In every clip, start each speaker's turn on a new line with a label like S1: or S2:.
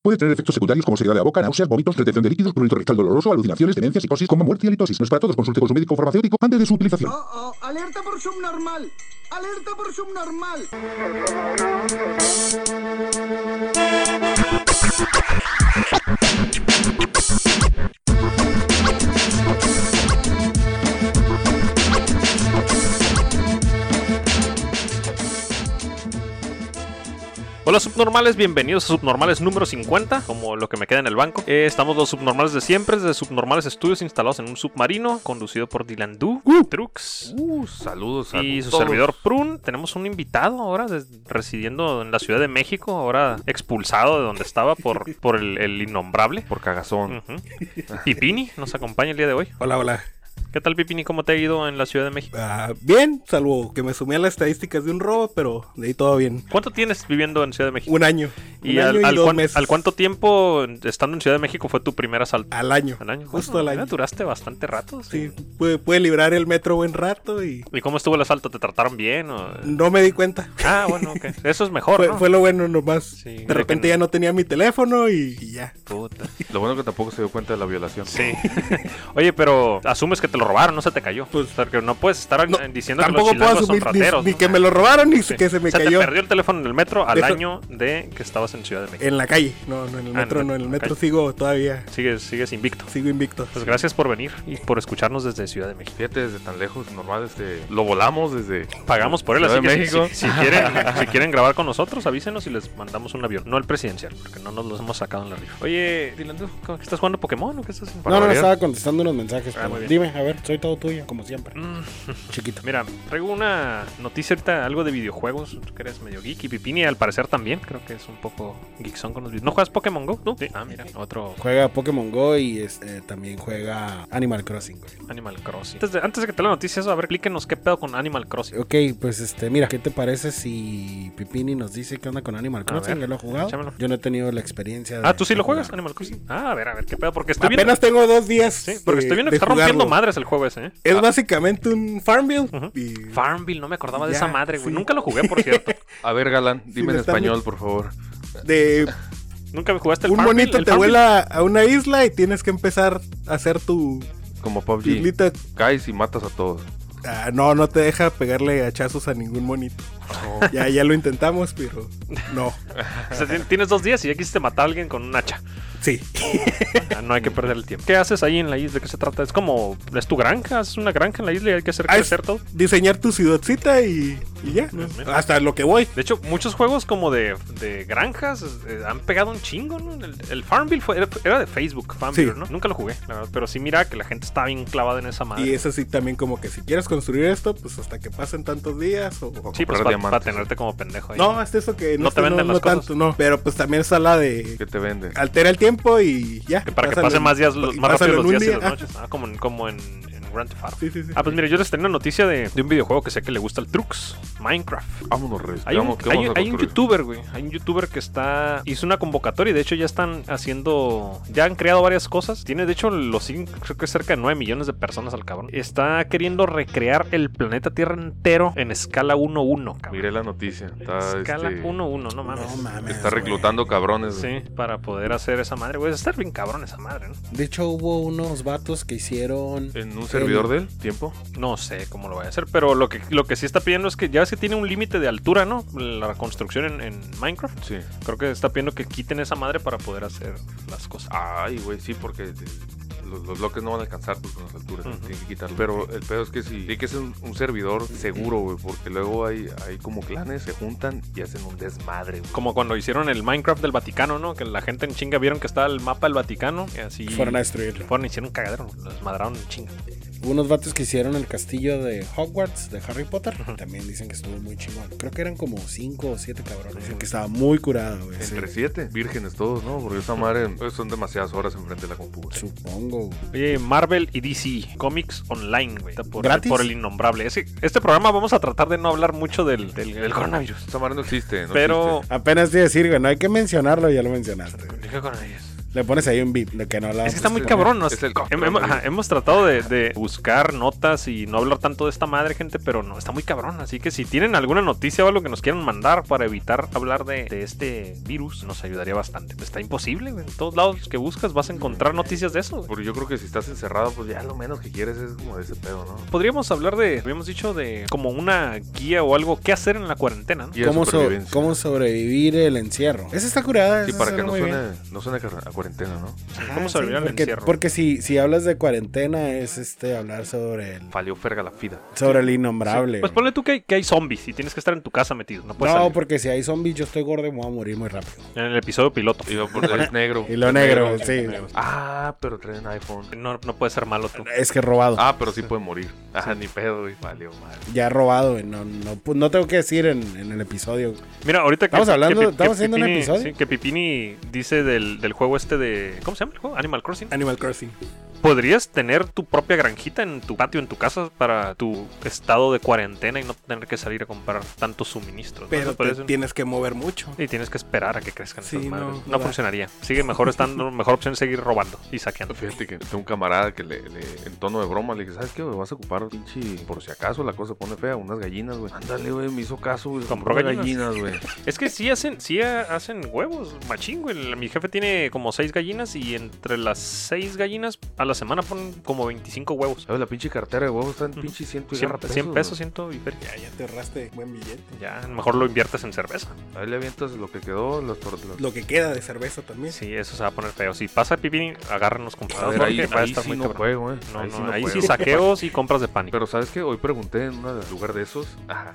S1: Puede tener efectos secundarios como sequedad de la boca, náuseas, vómitos, retención de líquidos, prurito rectal doloroso, alucinaciones, demencia, psicosis, coma, muerte y halitosis. No es para todos. Consulte con su médico farmacéutico antes de su utilización.
S2: Oh, oh, alerta por subnormal. Alerta por subnormal.
S3: Hola subnormales, bienvenidos a Subnormales número 50, como lo que me queda en el banco. Eh, estamos los subnormales de siempre, desde Subnormales Estudios instalados en un submarino, conducido por Dylan Du, Trux
S4: Uh, saludos a
S3: y su
S4: todos.
S3: servidor Prun. Tenemos un invitado ahora, des- residiendo en la Ciudad de México, ahora expulsado de donde estaba por, por el, el innombrable.
S4: Por cagazón.
S3: Ujú. Pipini nos acompaña el día de hoy.
S5: Hola, hola.
S3: ¿Qué tal Pipini? ¿Cómo te ha ido en la Ciudad de México?
S5: Ah, bien, salvo que me sumé a las estadísticas de un robo, pero de ahí todo bien.
S3: ¿Cuánto tienes viviendo en Ciudad de México?
S5: Un año.
S3: ¿Y,
S5: un
S3: al,
S5: año
S3: al
S5: dos
S3: cuán-
S5: meses.
S3: al cuánto tiempo estando en Ciudad de México fue tu primer asalto?
S5: Al año.
S3: Al año. Ah,
S5: Justo
S3: Bueno,
S5: al
S3: ya
S5: año.
S3: Duraste bastante rato.
S5: Sí,
S3: Sí.
S5: pude, pude librar el metro buen rato y
S3: ¿Y cómo estuvo el asalto? ¿Te trataron bien? o-
S5: no me di cuenta.
S3: Ah, bueno, ok. Eso es mejor,
S5: Mm. fue,
S3: Oh, ¿no?
S5: fue lo bueno nomás.
S3: Sí, de que
S5: de repente ya no tenía mi teléfono y, y ya.
S3: Puta.
S4: Lo bueno que tampoco se dio cuenta de la violación.
S3: Sí. Oye, pero asumes que te lo robaron, no se te cayó.
S5: Pues-
S3: o sea, que no puedes estar
S5: No,
S3: diciendo que los
S5: Tampoco puedo
S3: chilangos son
S5: asumir ni,
S3: rateros.
S5: ni
S3: ¿no?
S5: que me lo robaron ni que se me
S3: Se
S5: cayó
S3: te perdió el teléfono en el metro al
S5: Deja-
S3: año de que estabas en Ciudad de México.
S5: en la calle. No, no, en el
S3: Ah,
S5: metro,
S3: en
S5: no,
S3: la-
S5: en el
S3: ok.
S5: metro sigo todavía,
S3: Sigues, sigues invicto.
S5: sigo invicto.
S3: Pues gracias por venir y por escucharnos desde Ciudad de México.
S4: Fíjate, desde tan lejos, normal, este, lo volamos desde...
S3: Pagamos por él,
S4: Ciudad
S3: así que
S4: de
S3: si-
S4: México.
S3: Si, si quieren, si quieren grabar con nosotros, avísenos y les mandamos un avión. No el presidencial, porque no nos los hemos sacado en la rifa. Oye, Dylan, ¿tú cómo- ¿estás jugando Pokémon o qué estás haciendo?
S6: No, no, no,
S4: variar.
S6: estaba contestando unos mensajes.
S3: Ah,
S6: pero
S3: muy bien.
S6: dime, a ver, soy todo tuyo, como siempre.
S3: Mm,
S6: Chiquito.
S3: Mira, traigo una noticia ahorita, algo de videojuegos. Tú que eres medio geek y Pipini al parecer también. Creo que es un poco geekson con los videojuegos. ¿No juegas Pokémon Go? ¿Tú? Sí. Ah, mira, otro
S6: Juega Pokémon Go y este, también juega Animal Crossing. güey.
S3: Animal Crossing. Antes de, antes de que te la noticia, eso, a ver, explíquenos qué pedo con Animal Crossing.
S6: Ok, pues este, mira, ¿qué te parece si Pipini nos dice qué onda con Animal Crossing?
S3: ver,
S6: ¿Ya lo ha jugado?
S3: échamelo.
S6: Yo no he tenido la experiencia de
S3: Ah, ¿tú sí lo
S6: de
S3: juegas,
S6: jugar.
S3: Animal Crossing? Ah, a ver, a ver, qué pedo, porque estoy viendo.
S5: Apenas tengo dos días.
S3: Sí, porque estoy viendo que
S5: de
S3: está rompiendo
S5: jugarlo.
S3: madres el juego ese, ¿eh?
S5: Es
S3: Ah,
S5: básicamente un Farmville.
S3: Ujú.
S5: y
S3: Farmville, no me acordaba de
S5: Ya,
S3: esa madre, güey.
S5: sí.
S3: Nunca lo jugué, por cierto.
S4: A ver, Galán,
S5: Sí,
S4: dime
S5: me
S4: en
S5: están-
S4: español, por favor.
S5: de
S3: Nunca me jugaste el
S5: un
S3: Farmville.
S5: monito
S3: el
S5: te
S3: Farmville?
S5: vuela a una isla y tienes que empezar a hacer tu
S4: Como PUBG.
S5: islita.
S4: Caes y matas a todos.
S5: Ah, no, no te deja pegarle hachazos a ningún monito.
S3: Oh.
S5: Ya, ya lo intentamos, pero no.
S3: O sea, tien- tienes dos días y ya quisiste matar a alguien con un hacha.
S5: Sí.
S3: Ah, No hay que perder el tiempo. ¿Qué haces ahí en la isla? ¿De qué se trata? Es como, es tu granja, es una granja en la isla y hay que hacer
S5: Ah, es-
S3: crecer todo.
S5: Diseñar tu ciudadcita y, y ya. ¿no? Hasta lo que voy.
S3: De hecho, muchos juegos como de, de granjas eh, han pegado un chingo, ¿no? El, el Farmville fue- era- era de Facebook, Farmville,
S5: Sí.
S3: ¿no? Nunca lo jugué, la verdad. Pero sí mira que la gente está bien clavada en esa madre.
S5: Y es así también como que si quieres construir esto, pues hasta que pasen tantos días o...
S4: O
S3: sí, pues
S4: comprar
S3: para
S4: diamantes.
S3: tenerte como pendejo ahí.
S5: No, es eso que
S3: No te
S5: está-
S3: venden
S5: no,
S3: las cosas.
S5: tanto, no. Pero pues también está la
S4: Que
S5: de...
S4: te venden.
S5: Altera el tiempo y ya.
S3: Que para que
S5: pásalo
S3: pasen
S5: en-
S3: más días, los-
S5: y
S3: más
S5: pásalo
S3: rápido los
S5: en un
S3: días y
S5: día.
S3: las
S5: Ah,
S3: noches. Ah, como, en- como en, en Grand Theft Auto.
S5: Sí, sí, sí.
S3: Ah, pues mira, yo les tenía una noticia de, de un videojuego que sé que le gusta el Trux, Minecraft.
S4: Vámonos, Reyes.
S3: Hay
S4: ¿qué
S3: un,
S4: vamos- qué
S3: hay
S4: vamos
S3: un-
S4: a
S3: hay un
S4: construir?
S3: youtuber, güey. Hay un youtuber que está. Hizo una convocatoria y de hecho ya están haciendo. Ya han creado varias cosas. Tiene, de hecho, los cin- creo que cerca de 9 millones de personas al cabrón. Está queriendo recrear el planeta Tierra entero en escala 1-1, cabrón.
S4: Miré la noticia. Está,
S3: Escala
S4: este,
S3: 1-1, no mames.
S6: No mames.
S4: está
S6: güey.
S4: reclutando cabrones.
S3: Sí, para poder hacer esa madre, güey. Estar bien cabrón esa madre, ¿no?
S6: De hecho, hubo unos vatos que hicieron.
S4: En un servidor de él, tiempo.
S3: No sé cómo lo vaya a hacer, pero lo que, lo que sí está pidiendo es que ya ves que tiene un límite de altura, ¿no? La construcción en, en Minecraft.
S4: Sí.
S3: Creo que está pidiendo que quiten esa madre para poder hacer las cosas.
S4: Ay, güey, sí, porque eh, los, los bloques no van a alcanzar pues, con las alturas,
S3: Ujú.
S4: tienen que quitarlo. Pero el pedo es que sí, tiene que ser un, un servidor seguro, güey, porque luego hay, hay como clanes, se juntan y hacen un desmadre, güey.
S3: Como cuando hicieron el Minecraft del Vaticano, ¿no? Que la gente en chinga vieron que estaba el mapa del Vaticano. Y así.
S6: Fueron a destruirlo.
S3: Fueron, hicieron un cagadero. Lo desmadraron en chinga.
S6: Unos vatos que hicieron el castillo de Hogwarts de Harry Potter. También dicen que estuvo muy chingón. Creo que eran como 5 o 7 cabrones. Dicen que estaba muy curado, güey. sí.
S4: Entre siete, vírgenes todos, ¿no? Porque esa madre eh, son demasiadas horas enfrente de la computadora.
S6: Supongo. güey.
S3: Oye, Marvel y DC. Comics online, güey. Está Por,
S6: ¿Gratis?
S3: por el innombrable. Ese- este programa vamos a tratar de no hablar mucho del, del- del coronavirus.
S4: Esa madre no existe, no
S3: Pero.
S4: existe.
S6: Apenas te iba a decir, güey, no hay que mencionarlo, ya lo mencionaste.
S3: ¿Qué coronavirus?
S6: Le pones ahí un beat, lo que no hablamos.
S3: Es que está muy
S4: el-
S3: cabrón. ¿no?
S4: es el-
S3: Hem- hem- ajá, hemos tratado de, de buscar notas y no hablar tanto de esta madre, gente, pero no, está muy cabrón. Así que si tienen alguna noticia o algo que nos quieran mandar para evitar hablar de, de este virus, nos ayudaría bastante. Está imposible, güey. En todos lados que buscas vas a encontrar noticias de eso, güey.
S4: Porque yo creo que si estás encerrado, pues ya lo menos que quieres es como de ese pedo, ¿no?
S3: Podríamos hablar de, habíamos dicho, de como una guía o algo que hacer en la cuarentena. ¿no?
S4: Y de
S6: ¿Cómo, so-
S4: supervivencia.
S6: cómo sobrevivir el encierro? Esa está curada.
S4: Sí,
S6: esa
S4: para que no
S6: muy bien.
S4: suene, no suene a a cuarentena, ¿no?
S3: ¿Cómo sobrevivir al
S6: Porque,
S3: encierro?
S6: porque si, si hablas de cuarentena es este hablar sobre el,
S4: Falió ferga la fida.
S6: sobre el innombrable.
S3: Pues
S6: güey.
S3: ponle tú que hay, que hay zombies y tienes que estar en tu casa metido. No puedes
S6: no,
S3: salir.
S6: porque si hay zombies yo estoy gordo y me voy a morir muy rápido.
S3: En el episodio piloto.
S4: Y lo, por- es negro.
S6: Y lo negro, sí.
S4: Ah, pero traen iPhone.
S3: No, no puede ser malo tú.
S6: Es que he robado.
S4: Ah, pero sí puede morir. Ah, ni pedo, güey. Valió mal.
S6: Ya he robado, güey. No, no, pu- no tengo que decir en, en el episodio.
S3: Mira, ahorita
S6: Estamos hablando-
S3: Pi-
S6: estamos haciendo un
S3: Pipini-
S6: episodio.
S3: sí, que Pipini dice del, del juego este de. ¿Cómo se llama el juego? Animal Crossing.
S5: Animal Crossing.
S3: ¿Podrías tener tu propia granjita en tu patio, en tu casa, para tu estado de cuarentena y no tener que salir a comprar tantos suministros? ¿no?
S5: Pero
S3: ¿Te parece?
S5: te tienes que mover mucho.
S3: y tienes que esperar a que crezcan
S5: Sí,
S3: esas madres.
S5: no,
S3: No,
S5: no da.
S3: funcionaría. Sigue mejor estando, mejor opción es seguir robando y saqueando.
S4: Fíjate que tengo un camarada que le, le- en tono de broma le dije, ¿sabes qué? güey? Vas a ocupar, pinche, por si acaso la cosa se pone fea, unas gallinas, güey. Ándale, güey, me hizo caso, güey.
S3: Compró
S4: Compró
S3: gallinas.
S4: gallinas, güey.
S3: Es que sí hacen, sí ha- hacen huevos, machín, güey. Mi jefe tiene como seis gallinas y entre las seis gallinas a la semana ponen como 25 huevos.
S4: ¿Sabes? La pinche cartera de huevos está en
S3: Ujú.
S4: pinche ciento y
S3: 100
S4: garra
S3: pesos,
S4: pesos.
S3: 100 Pues pesos,
S4: güey.
S3: 100 y feria.
S5: Ya, ya te ahorraste buen billete.
S3: Ya, a lo mejor lo inviertes en cerveza.
S4: Ahí le avientas lo que quedó, las tortas.
S5: Lo que queda de cerveza también.
S3: Sí, eso se va a poner feo. Si pasa Pipi, agárrenos
S4: Pues, A
S3: comprados
S4: ver, ahí,
S3: porque va a
S4: ahí
S3: estar
S4: sí
S3: muy
S4: no
S3: cabrón.
S4: juego, eh.
S3: No,
S4: ahí
S3: no,
S4: sí no
S3: ahí sí
S4: juego.
S3: saqueos y compras de pánico.
S4: Pero ¿sabes qué? Hoy pregunté en un lugar de esos. Ajá.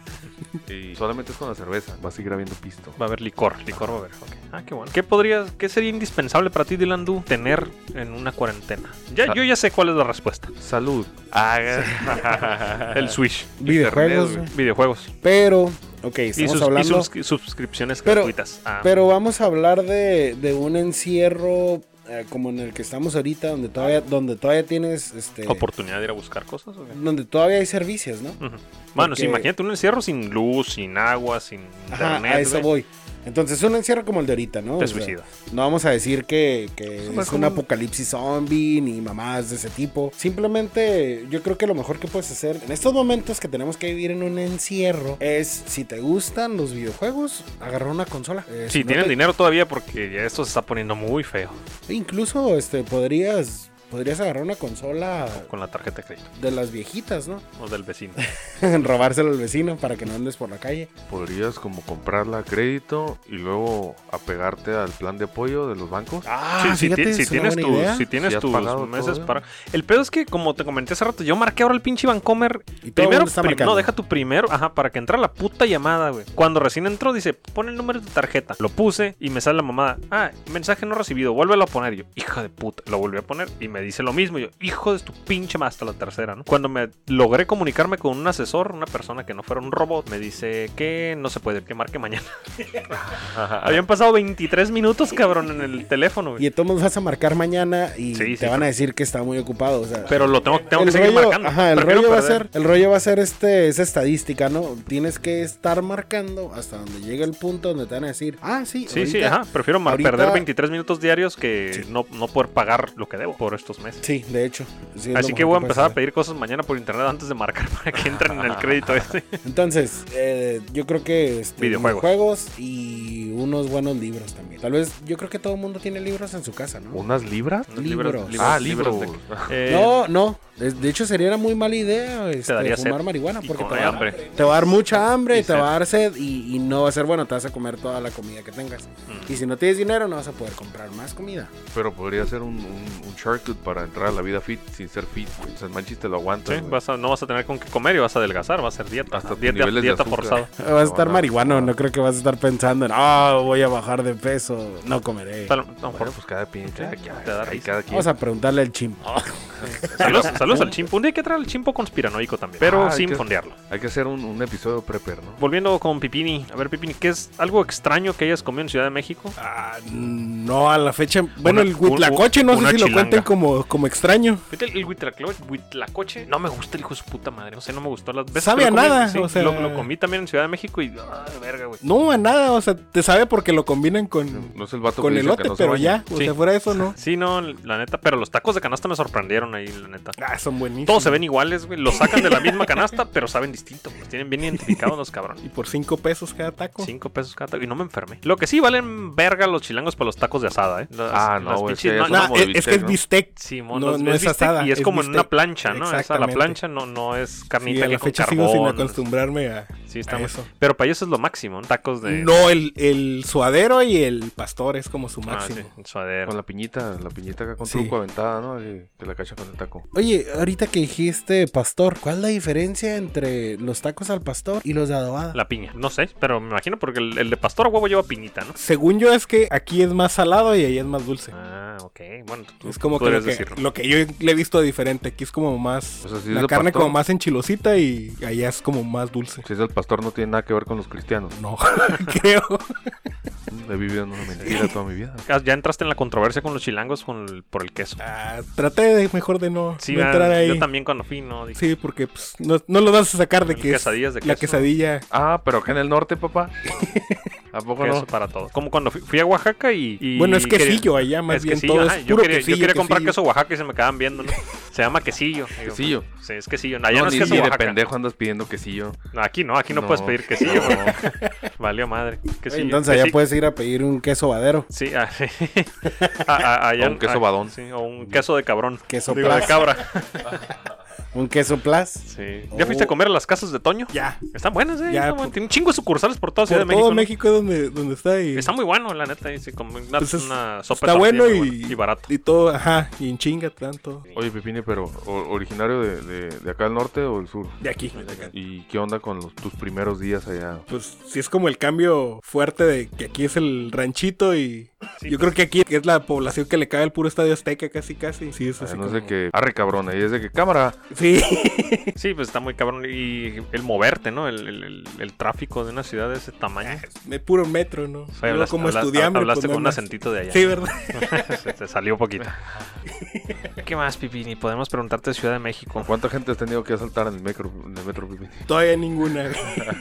S4: Y solamente es con la cerveza. Va a seguir habiendo pisto.
S3: Va a haber licor, licor va a haber. ok. Ah, qué bueno. ¿Qué podrías, qué sería indispensable para ti, Dylan Du, tener en una cuarentena? Ya,
S4: Ah.
S3: yo ya sé cuál es la respuesta.
S4: Salud.
S3: Ah, El Switch,
S6: Videojuegos,
S4: güey.
S6: güey.
S3: videojuegos
S6: Pero, ok,
S3: y,
S6: estamos
S3: sus- y
S6: hablando.
S3: subscri- suscripciones
S6: Pero-
S3: gratuitas. Ah,
S6: Pero vamos a hablar de, de un encierro eh, como en el que estamos ahorita, donde todavía, donde todavía tienes
S4: eh,
S6: este.
S3: oportunidad de ir a buscar cosas. ok.
S6: Donde todavía hay servicios, ¿no?
S4: Mm.
S3: Ujú. Bueno, sí,
S6: Porque-
S3: imagínate un encierro sin luz, sin agua, sin
S6: Ajá,
S3: internet.
S6: a eso
S3: güey.
S6: voy. Entonces, un encierro como el de ahorita, ¿no?
S3: Te
S6: O sea,
S3: suicidas.
S6: no vamos a decir que, que
S4: Eso fue
S6: es un
S4: como-
S6: apocalipsis zombie ni mamás de ese tipo. Simplemente, yo creo que lo mejor que puedes hacer en estos momentos que tenemos que vivir en un encierro es, si te gustan los videojuegos, agarrar una consola. Eh,
S3: Si
S6: no
S3: tienen
S6: te-
S3: dinero todavía, porque ya esto se está poniendo muy feo
S6: Incluso, este, podrías, podrías agarrar una consola
S3: con la tarjeta de crédito
S6: de las viejitas, ¿no?
S3: o del vecino.
S6: Robársela al vecino para que no andes por la calle.
S4: Podrías como comprarla a crédito y luego apegarte al plan de apoyo de los bancos.
S6: Ah,
S3: Sí, si, ti- si
S6: es una
S3: tienes
S6: buena
S3: tus,
S6: idea.
S3: si tienes
S4: Si has
S3: tus
S4: pagado
S3: meses
S4: todo.
S3: para. El pedo es que, como te comenté hace rato, yo marqué ahora el pinche Vancomer.
S6: Y todo el
S3: Primero,
S6: mundo está
S3: prim-
S6: marcando.
S3: no, deja tu primero, ajá, para que entra la puta llamada, güey. Cuando recién entró, dice, pon el número de tu tarjeta. Lo puse y me sale la mamada. Ah, mensaje no recibido, vuélvelo a poner. Y Yo, hija de puta, lo volví a poner y me dice lo mismo. Y Yo, hijo de tu pinche más hasta la tercera, ¿no? Cuando me logré comunicarme con un asesor, una persona que no fuera un robot, me dice que no se puede, que marque mañana. Habían pasado 23 minutos, cabrón, en el teléfono, güey.
S6: Y entonces vas a marcar mañana y
S3: Sí,
S6: te
S3: sí,
S6: van
S3: pero-
S6: a decir que está muy ocupado. O sea,
S3: Pero lo tengo, tengo
S6: el
S3: que seguir
S6: rollo-
S3: marcando.
S6: ajá, el
S3: Prefiero
S6: rollo va a
S3: perder.
S6: ser, el rollo va a ser este, esa estadística, ¿no? Tienes que estar marcando hasta donde llegue el punto donde te van a decir, ah, sí,
S3: Sí, sí,
S6: ahorita".
S3: ajá. Prefiero ma-
S6: ahorita-
S3: perder 23 minutos diarios que no, no poder pagar lo que debo por estos meses.
S6: Sí, de hecho. sí, es lo
S3: Así que voy
S6: mejor
S3: a
S6: puedes
S3: empezar a
S6: hacer.
S3: pedir cosas mañana por internet antes de marcar para que entren en el crédito este.
S6: Entonces, eh, yo creo que este,
S3: Videojuegos.
S6: videojuegos y unos buenos libros también. Tal vez, yo creo que todo el mundo tiene libros en su casa, ¿no?
S4: ¿Unas libras?
S3: Unos libros-
S6: Libros.
S3: libros-
S4: Ah,
S3: libros
S4: libros.
S3: de- Eh,
S6: No, no. De, de hecho, sería una muy mala idea este,
S3: daría
S6: fumar
S3: sed.
S6: marihuana
S3: y
S6: porque
S3: con
S6: te va,
S3: hambre.
S6: te va a dar mucha hambre
S3: Y
S6: y te
S3: sed.
S6: va a dar sed y, y no va a ser bueno. Te vas a comer toda la comida que tengas.
S3: Mm.
S6: Y si no tienes dinero, no vas a poder comprar más comida.
S4: Pero podría ser un, un, un shortcut para entrar a la vida fit sin ser fit. güey. O sea, en Manchis te lo aguantas.
S3: Sí,
S4: güey.
S3: vas a- no vas a tener con qué comer y vas a adelgazar, va a ser dieta.
S4: Hasta tus
S3: dieta
S4: niveles de
S3: dieta
S4: azúcar.
S3: forzada.
S6: Vas Eh, a
S4: Te
S6: estar
S4: van a-
S6: marihuano. No creo que vas a estar pensando en, ah, voy a bajar de peso. No comeré.
S3: Tal- no, por-
S4: Bueno, pues cada pinche.
S3: Sí,
S4: cada
S3: te
S4: quien,
S3: da
S4: ahí
S3: risa.
S4: cada quien.
S6: Vamos a preguntarle al chimpo.
S3: Ah. Saludos, saludos al chimpo. Un día hay que traer al chimpo conspiranoico también, pero
S4: Ah, hay
S3: sin
S4: que-
S3: fondearlo.
S4: Hay que hacer un, un episodio prepper, ¿no?
S3: Volviendo con Pipini. A ver, Pipini, ¿qué es algo extraño que hayas comido en Ciudad de México?
S5: Ah, no, a la fecha. Bueno,
S3: Una-
S5: el huitlacoche
S3: un-
S5: no
S3: una
S6: sé si lo
S3: chilanga.
S6: cuenten como
S5: como, como extraño.
S3: Fíjate, el huitlaclo- huitlacoche no me gusta el hijo de su puta madre. No sé, no me gustó las veces.
S5: Sabe
S3: que lo
S5: a
S3: comí,
S5: nada,
S3: sí,
S5: o sea-
S3: lo, lo comí también en Ciudad de México y. ah, verga, güey.
S5: No, a nada, o sea, te sabe porque lo combinan
S3: Mm,
S5: con,
S4: No es el vato
S5: con
S4: que dice
S5: elote,
S4: que no se
S5: pero
S4: baña.
S5: ya, o
S3: Sí.
S5: sea, fuera de eso no.
S3: Sí, no, la neta. Pero los tacos de canasta me sorprendieron ahí, la neta.
S5: Ah, son buenísimos.
S3: Todos se ven iguales, güey. Los sacan de la misma canasta, pero saben distinto. Los tienen bien identificados los cabrones.
S5: Y por 5 pesos cada taco.
S3: Cinco pesos cada taco. Y no me enfermé. Lo que sí valen verga los chilangos para los tacos de asada, ¿eh? Las-
S4: Ah, no,
S3: las
S4: güey,
S3: pinches-
S4: es que
S3: no,
S4: ya
S3: no,
S5: Nah,
S4: como
S5: es,
S4: bistec,
S5: eh, es que es
S4: ¿no?
S5: bistec.
S3: Simón,
S5: no,
S3: los-
S5: no es
S3: bistec
S5: asada.
S3: Y es, como en una
S5: bistec.
S3: plancha, ¿no? Es a la
S5: Exactamente.
S3: plancha no, no es
S5: Sí,
S3: carnita
S5: a
S3: ni
S5: la
S3: con
S5: fecha sigo sin
S3: carbón.
S5: acostumbrarme a,
S3: Sí,
S5: a
S3: está mal.
S5: eso.
S3: Pero para ellos es lo máximo, ¿no? tacos de...
S5: No, el, el suadero y el pastor es como su
S3: Ah, sí,
S5: máximo.
S3: suadero.
S4: Con la piñita, la piñita acá con
S5: Sí.
S4: truco aventada, ¿no? Que, que la cacha con el taco.
S6: Oye, ahorita que dijiste pastor, ¿cuál es la diferencia entre los tacos al pastor y los de adobada?
S3: La piña. No sé, pero me imagino porque el, el de pastor a huevo lleva piñita, ¿no?
S5: Según yo es que aquí es más salado y allá es más dulce.
S3: Ah, ok. Bueno, tú
S5: es como que lo,
S3: podrías
S5: que
S3: decirlo.
S5: lo que yo le he visto diferente. Aquí es como más...
S4: O sea, si es
S5: la
S4: de
S5: carne
S4: pastor-
S5: como más enchilosita y allá es como más dulce.
S4: Si es del pastor, no tiene nada que ver con los cristianos.
S5: No, creo.
S4: He vivido en una mentira toda mi vida.
S3: Ah, Ya entraste en la controversia con los chilangos con el- por el queso.
S5: Ah, traté de mejor de no,
S3: Sí,
S5: no
S3: ah,
S5: entrar ahí.
S3: yo también cuando fui, no, dije,
S5: Sí, porque pues, no, no lo vas a sacar de
S3: El
S5: que es
S3: quesadillas de
S5: la
S3: queso.
S5: quesadilla.
S4: Ah, pero acá en el norte, papá. ¿A poco
S3: queso
S4: no?
S3: para todo. Como cuando fui, fui a Oaxaca y, y
S5: Bueno, es
S3: quería-
S5: quesillo allá, más
S3: es
S5: bien
S3: quesillo,
S5: todo es
S3: ajá, yo
S5: puro
S3: quería, yo
S5: quesillo,
S3: quería comprar
S5: quesillo.
S3: queso Oaxaca y se me quedaban viendo, ¿no? Se llama quesillo. Digo, pues,
S4: Quesillo.
S3: Sí, es quesillo. Allá no,
S4: no,
S3: es
S4: ni,
S3: queso
S4: ni de
S3: Oaxaca.
S4: pendejo andas pidiendo quesillo.
S3: No, aquí no, aquí no,
S4: No.
S3: puedes pedir quesillo. güey. Valió madre. Quesillo.
S6: Entonces allá
S3: Quesi-
S6: puedes ir a pedir un queso vadero.
S3: Sí, ah, sí. A- a- allá-
S4: O un queso
S3: ah,
S4: badón.
S3: Sí, o un queso de cabrón.
S6: Queso
S3: Digo, de
S6: plas.
S3: cabra.
S6: Un queso plus.
S3: Sí. ¿Ya fuiste a comer a las casas de Toño?
S5: Ya.
S3: Están buenas, eh.
S5: Ya,
S3: Están buenas. Tienen un chingo de sucursales por toda
S5: Por
S3: Ciudad
S5: todo
S3: de México. ¿no?
S5: México es donde, donde está y...
S3: Está muy bueno, la neta. Dice, como una,
S5: pues, es-
S3: una sopa
S5: está
S3: de tortilla
S5: bueno
S3: muy
S5: y,
S3: buena y barato.
S5: Y todo, ajá, y en chinga tanto.
S4: Oye, Pepine, pero o- ¿originario de, de- de acá del norte o del sur?
S5: De aquí.
S4: ¿Y qué onda con los- tus primeros días allá?
S5: Pues sí es como el cambio fuerte de que aquí es el ranchito y
S3: Sí,
S5: yo creo que aquí es la población que le cae al puro estadio azteca casi casi. Sí, es
S4: Ah,
S5: así.
S4: no
S5: como-
S4: sé qué. Arre, cabrón. Ahí es de que cámara.
S5: Sí.
S3: Sí, pues está muy cabrón. Y el moverte, ¿no? El, el- el- el tráfico de una ciudad de ese tamaño.
S5: Me puro metro, ¿no?
S3: Oye,
S5: Yo
S3: hablaste-
S5: como
S3: habla-
S5: estudiante.
S3: hablaste
S5: pues,
S3: con un
S5: nada más.
S3: acentito de allá.
S5: Sí, ¿verdad?
S3: se te salió poquito. ¿Qué más, Pipini? Podemos preguntarte de Ciudad de México.
S4: ¿Cuánta gente has tenido que asaltar en el metro, en el metro Pepine?
S5: Todavía ninguna.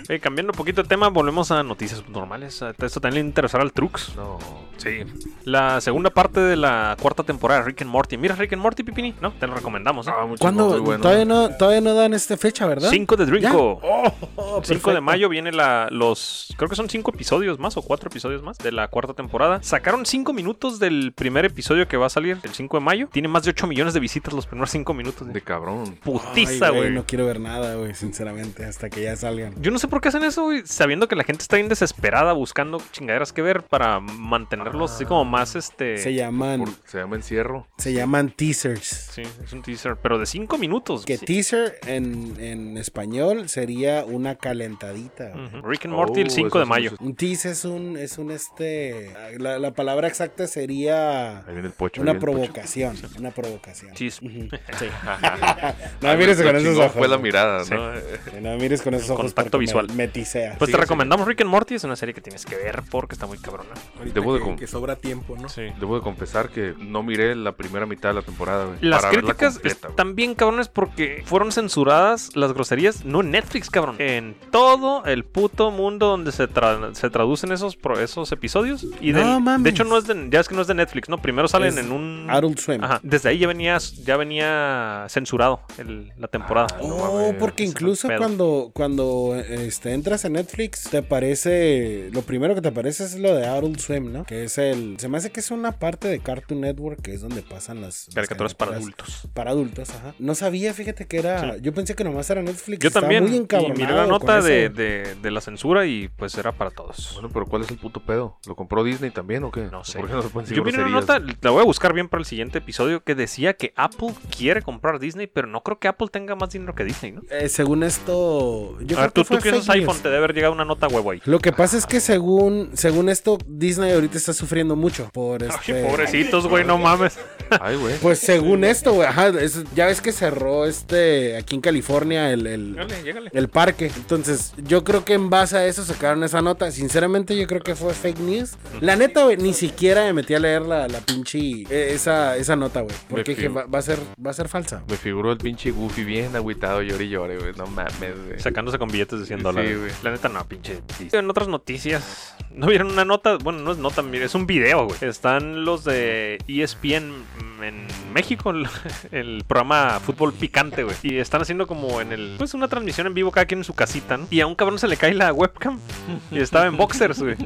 S3: Eh, cambiando un poquito de tema, volvemos a noticias normales. Esto también le interesará al Trux.
S4: No.
S3: Sí. La segunda parte de la cuarta temporada de Rick and Morty. ¿Mira Rick and Morty, Pipini? No, te lo recomendamos. ¿eh?
S4: Ah, mucho
S6: ¿Cuándo?
S4: no, muy bueno.
S6: todavía, no, todavía no dan esta fecha, ¿verdad?
S3: 5 de
S6: ¿Ya?
S3: Drinko.
S6: Oh,
S3: 5 de
S6: perfecto.
S3: mayo viene la, los. Creo que son 5 episodios más o 4 episodios más de la cuarta temporada. Sacaron 5 minutos del primer episodio que va a salir el 5 de mayo. Tiene más de 8 millones de visitas los primeros 5 minutos.
S4: De cabrón.
S3: putiza,
S6: Ay,
S3: güey.
S6: No quiero ver nada, güey, sinceramente, hasta que ya salgan.
S3: Yo no sé por qué hacen eso, güey, sabiendo que la gente está bien desesperada buscando chingaderas que ver para mantenerlos así como más este.
S6: Se llaman,
S4: Por- se llama encierro.
S6: se llaman teasers.
S3: Sí, es un teaser, pero de 5 minutos.
S6: Que
S3: Sí.
S6: teaser en, en español sería una calentadita. güey.
S3: Ujú. Rick and Morty el
S4: Oh,
S3: 5
S4: eso
S3: de
S4: sí,
S3: mayo.
S4: eso sí.
S6: Un tease es un, es un este, la, la palabra exacta sería
S4: Ahí viene el pocho. ahí
S6: una
S4: viene el pocho.
S6: provocación, una provocación.
S3: Chis.
S6: Ujú.
S4: Ah,
S6: No mires
S4: lo
S6: con esos
S4: chingón
S6: ojos.
S4: Fue la mirada, ¿no?
S3: Sí.
S6: No mires con esos ojos.
S3: Contacto
S6: porque me-
S3: visual.
S6: Me, tiseas.
S3: Pues
S4: Sí,
S3: te
S4: sí.
S3: recomendamos Rick and Morty, es una serie que tienes que ver porque está muy cabrona.
S5: Ahorita
S4: Debo de
S5: que-
S4: com-
S5: que sobra tiempo, ¿no?
S3: Sí.
S4: Debo de confesar que no miré la primera mitad de la temporada, güey.
S3: Las
S4: para verla
S3: críticas
S4: completa, güey.
S3: están bien cabrones porque fueron censuradas las groserías, no en Netflix, cabrón. En todo el puto mundo donde se, tra- se traducen esos, pro- esos episodios. Y
S6: No
S3: del-
S6: mames.
S3: De hecho, no es de, ya es que no es de Netflix, ¿no? Primero salen
S6: Es
S3: en un...
S6: Adult Swim.
S3: Ajá, desde ahí ya venía, ya venía censurado el- la temporada.
S4: Ah, No
S6: Oh,
S4: mames,
S6: porque
S3: ese es el
S6: incluso
S3: pedo.
S6: cuando, cuando este, entras en Netflix, te aparece. Lo primero que te aparece es lo de Adult Swim, ¿no? Que es el. Se me hace que es una parte de Cartoon Network, que es donde pasan las. las
S3: Caricaturas para adultos.
S6: Para adultos, ajá. No sabía, fíjate que era. Yo pensé que nomás era Netflix.
S3: Yo
S6: Estaba
S3: también
S6: muy
S3: y miré la
S6: encabronado
S3: nota
S6: con
S3: de,
S6: eso.
S3: de- de la censura y pues era para todos.
S4: Bueno, pero ¿cuál es el puto pedo? ¿Lo compró Disney también o qué?
S3: No sé.
S4: ¿Por qué no se pueden decir
S3: Yo vi una
S4: groserías?
S3: nota, la voy a buscar bien para el siguiente episodio, que decía que Apple quiere comprar Disney, pero no creo que Apple tenga más dinero que Disney, ¿no?
S6: Eh, según esto. Yo
S3: a ver,
S6: creo
S3: tú,
S6: que fue
S3: tú que usas
S6: fake news.
S3: iPhone, te debe haber llegado una nota huevo ahí.
S6: Lo que pasa es que según, según esto, Disney ahorita está sufriendo mucho por
S3: Ay,
S6: este.
S3: pobrecitos, güey, no mames.
S4: Ay, güey.
S6: Pues según esto, güey, ajá, es- ya ves que cerró este aquí en California el, el-
S3: Llégale, llégale.
S6: el parque. Entonces, yo creo que en base a eso sacaron esa nota. Sinceramente, yo creo que fue fake news. La neta, güey, ni siquiera me metí a leer la, la pinche eh, esa, esa nota, güey. Porque dije,
S4: fío.
S6: va, va a ser, va a ser falsa.
S4: Me figuró el pinche Goofy bien agüitado, llore y llore, güey. No mames, güey.
S3: Sacándose con billetes de 100
S4: Sí,
S3: dólares.
S4: güey.
S3: La neta, no, pinche. En otras noticias, ¿no vieron una nota? Bueno, no es nota, mire, es un video, güey. Están los de E ESPN en México, el, el programa Fútbol Picante, güey. Y están haciendo como en el. Pues una transmisión en vivo, cada quien en su casita, ¿no? Y a un cabrón se le cae la webcam y estaba en boxers, güey.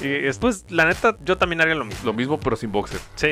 S3: Y después, la neta, yo también haría lo mismo.
S4: Lo mismo, pero sin boxer.
S3: Sí,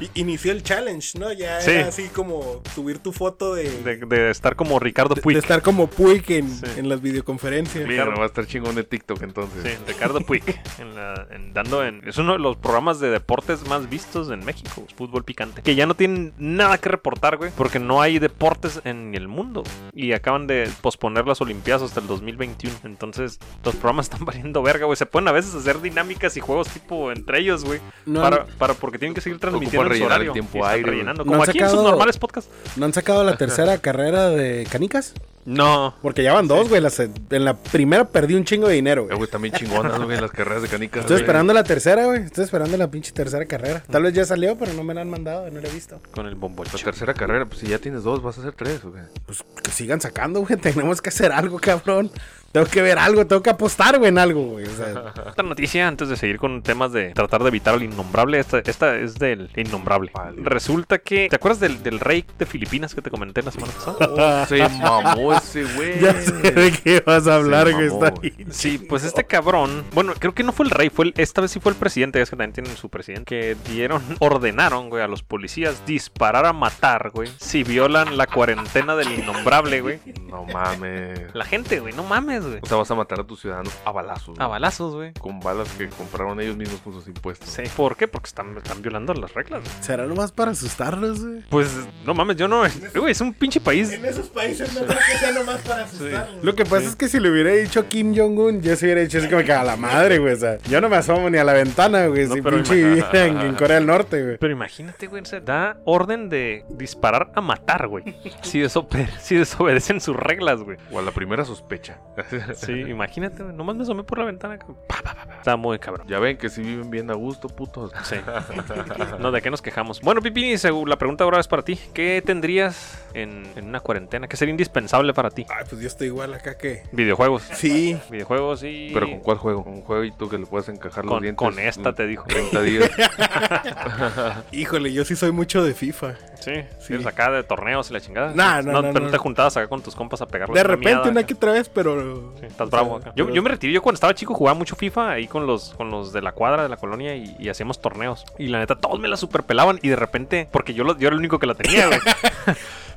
S5: I- Inició el challenge, ¿no? Ya
S3: Sí.
S5: era así como subir tu foto de,
S3: de, de estar como Ricardo
S5: de-
S3: Puig.
S5: de estar como Puig en,
S3: Sí.
S5: en las videoconferencias.
S3: Sí.
S4: Mira, no va a estar chingón el TikTok entonces.
S3: Sí, Ricardo Puig. en la- en- dando en, es uno de los programas de deportes más vistos en México, fútbol picante. Que ya no tienen nada que reportar, güey, porque no hay deportes en el mundo. Y acaban de posponer las Olimpiadas hasta el 2021. Entonces, los programas están valiendo verga, güey. Se pueden a veces hacer dinámicas y juegos tipo entre ellos, güey.
S6: No,
S3: para, para- porque tienen que seguir transmitiendo en su
S4: rellenar el
S3: horario.
S4: tiempo
S3: y están
S4: aire, güey.
S3: rellenando.
S6: ¿No
S3: Como
S6: han
S3: aquí en sus
S6: sacado-
S3: normales podcasts.
S6: ¿No han sacado la tercera carrera de canicas?
S3: No.
S6: Porque ya van dos, güey. las- eh, En la primera perdí un chingo de dinero,
S4: Eh,
S6: güey.
S4: güey, también chingonas, güey, las carreras de canicas.
S6: Estoy
S4: güey.
S6: esperando la tercera, güey. Estoy esperando la pinche tercera carrera. Tal vez ya salió, pero no me la han mandado, no la he visto.
S3: Con el bombocho.
S4: La tercera carrera, pues si ya tienes dos, vas a hacer tres, güey.
S6: Pues que sigan sacando, güey. Tenemos que hacer algo, cabrón. Tengo que ver algo, tengo que apostar, güey, en algo, güey. O sea,
S3: Otra noticia antes de seguir con temas de tratar de evitar al innombrable. Esta, esta es del innombrable.
S4: Vale.
S3: Resulta que. ¿Te acuerdas del, del rey de Filipinas que te comenté la semana pasada?
S4: Se mamó ese güey.
S6: ya sé de qué vas a hablar,
S4: Se
S6: güey.
S4: mamó,
S6: Está
S4: güey.
S6: bien.
S3: Sí, pues este cabrón. Bueno, creo que no fue el rey, fue el- esta vez sí fue el presidente. Es que también tienen su presidente. Que dieron, ordenaron, güey, a los policías disparar a matar, güey. Si violan la cuarentena del innombrable, güey.
S4: No mames.
S3: La gente, güey, no mames, güey.
S4: O sea, vas a matar a tus ciudadanos a balazos.
S3: A
S4: güey.
S3: balazos, güey.
S4: Con balas que compraron ellos mismos con sus impuestos.
S3: Sí, ¿Por qué? Porque están, están violando las reglas. güey.
S6: ¿Será nomás para asustarlos, güey?
S3: Pues no mames, yo no. Güey, es un pinche país
S5: esos países no creo que sea nomás para
S6: Lo que pasa es que si le hubiera dicho Kim Jong-un, yo se hubiera dicho así como que a la madre, güey. O sea, yo no me asomo ni a la ventana, güey.
S3: No,
S6: si
S3: pero
S6: pinche
S3: ima-
S6: viviera en, en Corea del Norte, güey.
S3: Pero imagínate, güey, o sea, da orden de disparar a matar, güey. Si, desobe- si desobedecen sus reglas, güey.
S4: O a la primera sospecha.
S3: Sí, imagínate, güey. Nomás me asomé por la ventana. güey. Pa, pa, pa, pa. Está muy cabrón.
S4: Ya ven que si viven bien a gusto, putos.
S3: Sí. No, ¿de qué nos quejamos? Bueno, Pipini, segu- la pregunta ahora es para ti. ¿Qué tendrías en, en una cuarentena? ¿Qué sería indispensable para ti?
S5: Ay, pues yo estoy igual acá que.
S3: Videojuegos.
S5: Sí,
S3: Videojuegos y...
S4: ¿Pero con cuál juego? Un jueguito que le puedas encajar los
S3: Con-
S4: dientes.
S3: con esta,
S4: en
S3: te dijo.
S4: 30 días.
S5: híjole, yo sí soy mucho de FIFA.
S3: Sí,
S5: Sí.
S3: eres acá de torneos y la chingada.
S5: No, no, no,
S3: pero
S5: no.
S3: te juntabas acá con tus compas a pegar la
S5: De repente
S3: bromeada
S5: una
S3: acá.
S5: que otra vez, pero.
S3: Estás
S5: o
S3: bravo
S5: sea,
S3: acá. Yo,
S5: pero-
S3: yo me retiré, yo cuando estaba chico jugaba mucho FIFA ahí con los, con los de la cuadra, de la colonia y, y hacíamos torneos. Y la neta, todos me la superpelaban y de repente, porque yo, lo- yo era el único que la tenía, güey.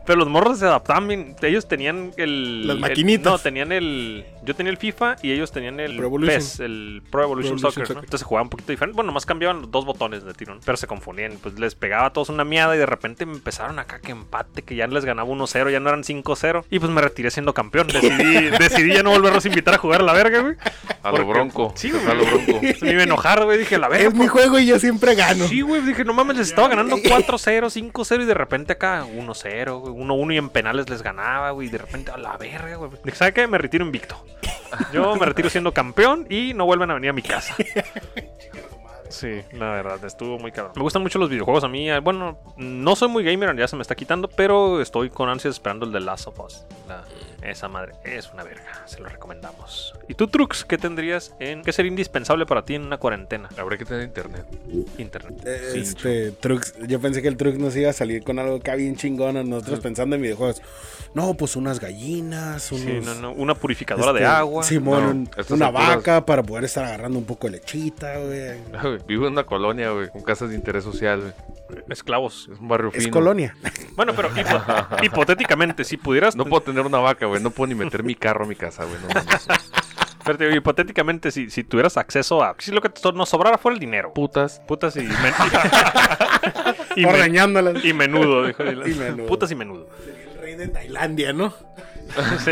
S3: Pero los morros se adaptaban bien. Ellos tenían el.
S5: Las
S3: el-
S5: maquinitas.
S3: no, tenían el. Yo tenía el FIFA y ellos tenían el
S5: Pro Evolution.
S3: PES, el
S5: Pro
S3: Pro Evolution
S5: Evolution
S3: Soccer. ¿no?
S5: Soccer.
S3: Entonces jugaban un poquito diferente. Bueno, nomás cambiaban los dos botones de tirón, pero se confundían. Pues les pegaba a todos una miada y de repente me empezaron acá que empate, que ya les ganaba 1-0, ya no eran 5-0. Y pues me retiré siendo campeón. Decidí, decidí ya no volverlos a invitar a jugar a la verga, güey.
S4: A lo
S3: Porque-
S4: bronco.
S3: Sí,
S4: Te fue
S3: güey.
S4: A lo bronco.
S3: Me iba a enojar, güey. Dije, la verga.
S5: Es mi juego y yo siempre gano.
S3: Sí, güey, dije, no mames, les estaba ganando 4-0, 5-0 y de repente acá 1-0, güey, 1-1 y en penales les ganaba, güey, y de repente a la verga, güey. Dije, ¿Sabe qué? Me retiro invicto. Yo me retiro siendo campeón y no vuelven a venir a mi casa. Sí, la verdad, estuvo muy cabrón. Me gustan mucho los videojuegos a mí. eh, Bueno, no soy muy gamer, ya se me está quitando, pero estoy con ansias esperando el de Last of Us. La- esa madre es una verga, se lo recomendamos. ¿Y tú, Trux, qué tendrías en... ¿Qué sería indispensable para ti en una cuarentena?
S4: Habrá que tener internet.
S3: Internet.
S6: Eh,
S4: Sí,
S6: Este, Trux, yo pensé que el Trux nos iba a salir con algo acá bien chingón. Nosotros pensando en videojuegos. No, pues unas gallinas, unos.
S3: Sí, no, no, una purificadora de
S6: este,
S3: agua.
S6: Simón,
S4: No,
S6: un-
S4: a estas
S6: una
S4: alturas-
S6: vaca para poder estar agarrando un poco de lechita, güey.
S4: Vivo en una colonia, güey, con casas de interés social, güey.
S3: Esclavos.
S4: Es un barrio
S6: Es
S4: fino.
S6: colonia.
S3: Bueno, pero hipo- hipotéticamente, si pudieras.
S4: No puedo tener una vaca, güey. No puedo ni meter mi carro a mi casa, güey. No, mames.
S3: Pero te digo, hipotéticamente, si, si tuvieras acceso a. Si lo que so- nos sobrara fuera el dinero.
S4: Putas.
S3: Putas y, men- y men-
S6: Ordeñándolas.
S3: y menudo, dijo.
S6: Y menudo.
S3: Putas y menudo.
S5: Rey güey de Tailandia, ¿no?
S3: Sí.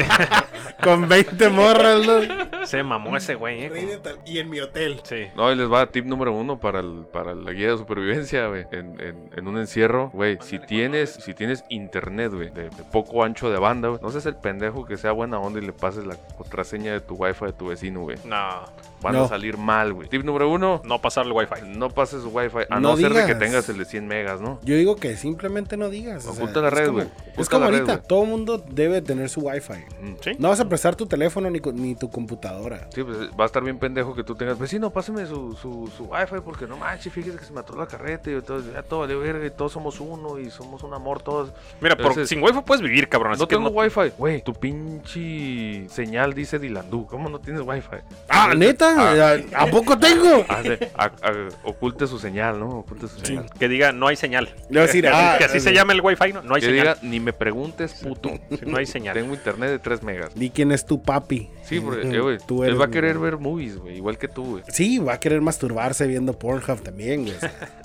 S5: Con 20 morras, ¿no?
S3: Se mamó ese güey,
S5: Rey de
S3: eh.
S5: Tal- Y en mi hotel.
S3: Sí.
S4: No, ahí les va tip número uno para, el- para la guía de supervivencia, güey. En, en- en un encierro, güey. Si tienes, si tienes internet, güey, de, de poco ancho de banda, güey. No seas el pendejo que sea buena onda y le pases la contraseña de tu wifi de tu vecino, güey.
S3: No,
S4: Van a
S6: No.
S4: salir mal, güey. Tip número uno,
S3: no pasar el wifi.
S4: no pases su wifi. A no,
S6: No
S4: ser de que
S6: digas.
S4: tengas el de 100 megas, ¿no?
S6: Yo digo que simplemente no digas.
S3: Pues
S6: o sea,
S4: Oculta la
S6: es
S4: red,
S6: como-
S4: güey.
S6: Es
S4: Oculta
S6: como
S4: la red,
S6: ahorita,
S4: güey.
S6: todo mundo debe tener su wifi.
S4: Mm.
S3: Sí.
S6: No vas a prestar tu teléfono ni, cu- ni tu computadora.
S4: Sí, pues va a estar bien pendejo que tú tengas, vecino, pásame su, su, su wifi porque no manches, fíjese que se me ató la carreta y todo, ya todo valió verga y todos somos uno y somos un amor todos.
S3: Mira, por-
S4: Entonces-
S3: sin wifi puedes vivir, cabrón. así
S4: no
S3: que
S4: tengo wifi. Güey, tu pinche señal dice Dilandú. ¿Cómo no tienes wifi?
S6: Ah, neta, ¿a, a poco tengo?
S3: Ah,
S4: Hace- a- a- oculte su señal, ¿no? Oculte su señal.
S3: Que diga, no hay señal.
S6: Le voy a decir,
S3: que,
S6: ah,
S3: que así se
S6: eh,
S3: llama el wifi, no, no hay
S4: Que
S3: señal.
S4: diga, ni me preguntes, puto.
S3: Sí, no hay señal.
S4: Tengo internet de 3 megas.
S6: Di quién es tu papi.
S4: Sí, porque,
S6: Ujú,
S4: eh, güey,
S6: tú
S4: él
S6: eres
S4: va a
S6: mi-
S4: querer ver movies, güey, igual que tú, güey.
S6: Sí, va a querer masturbarse viendo Pornhub también, güey.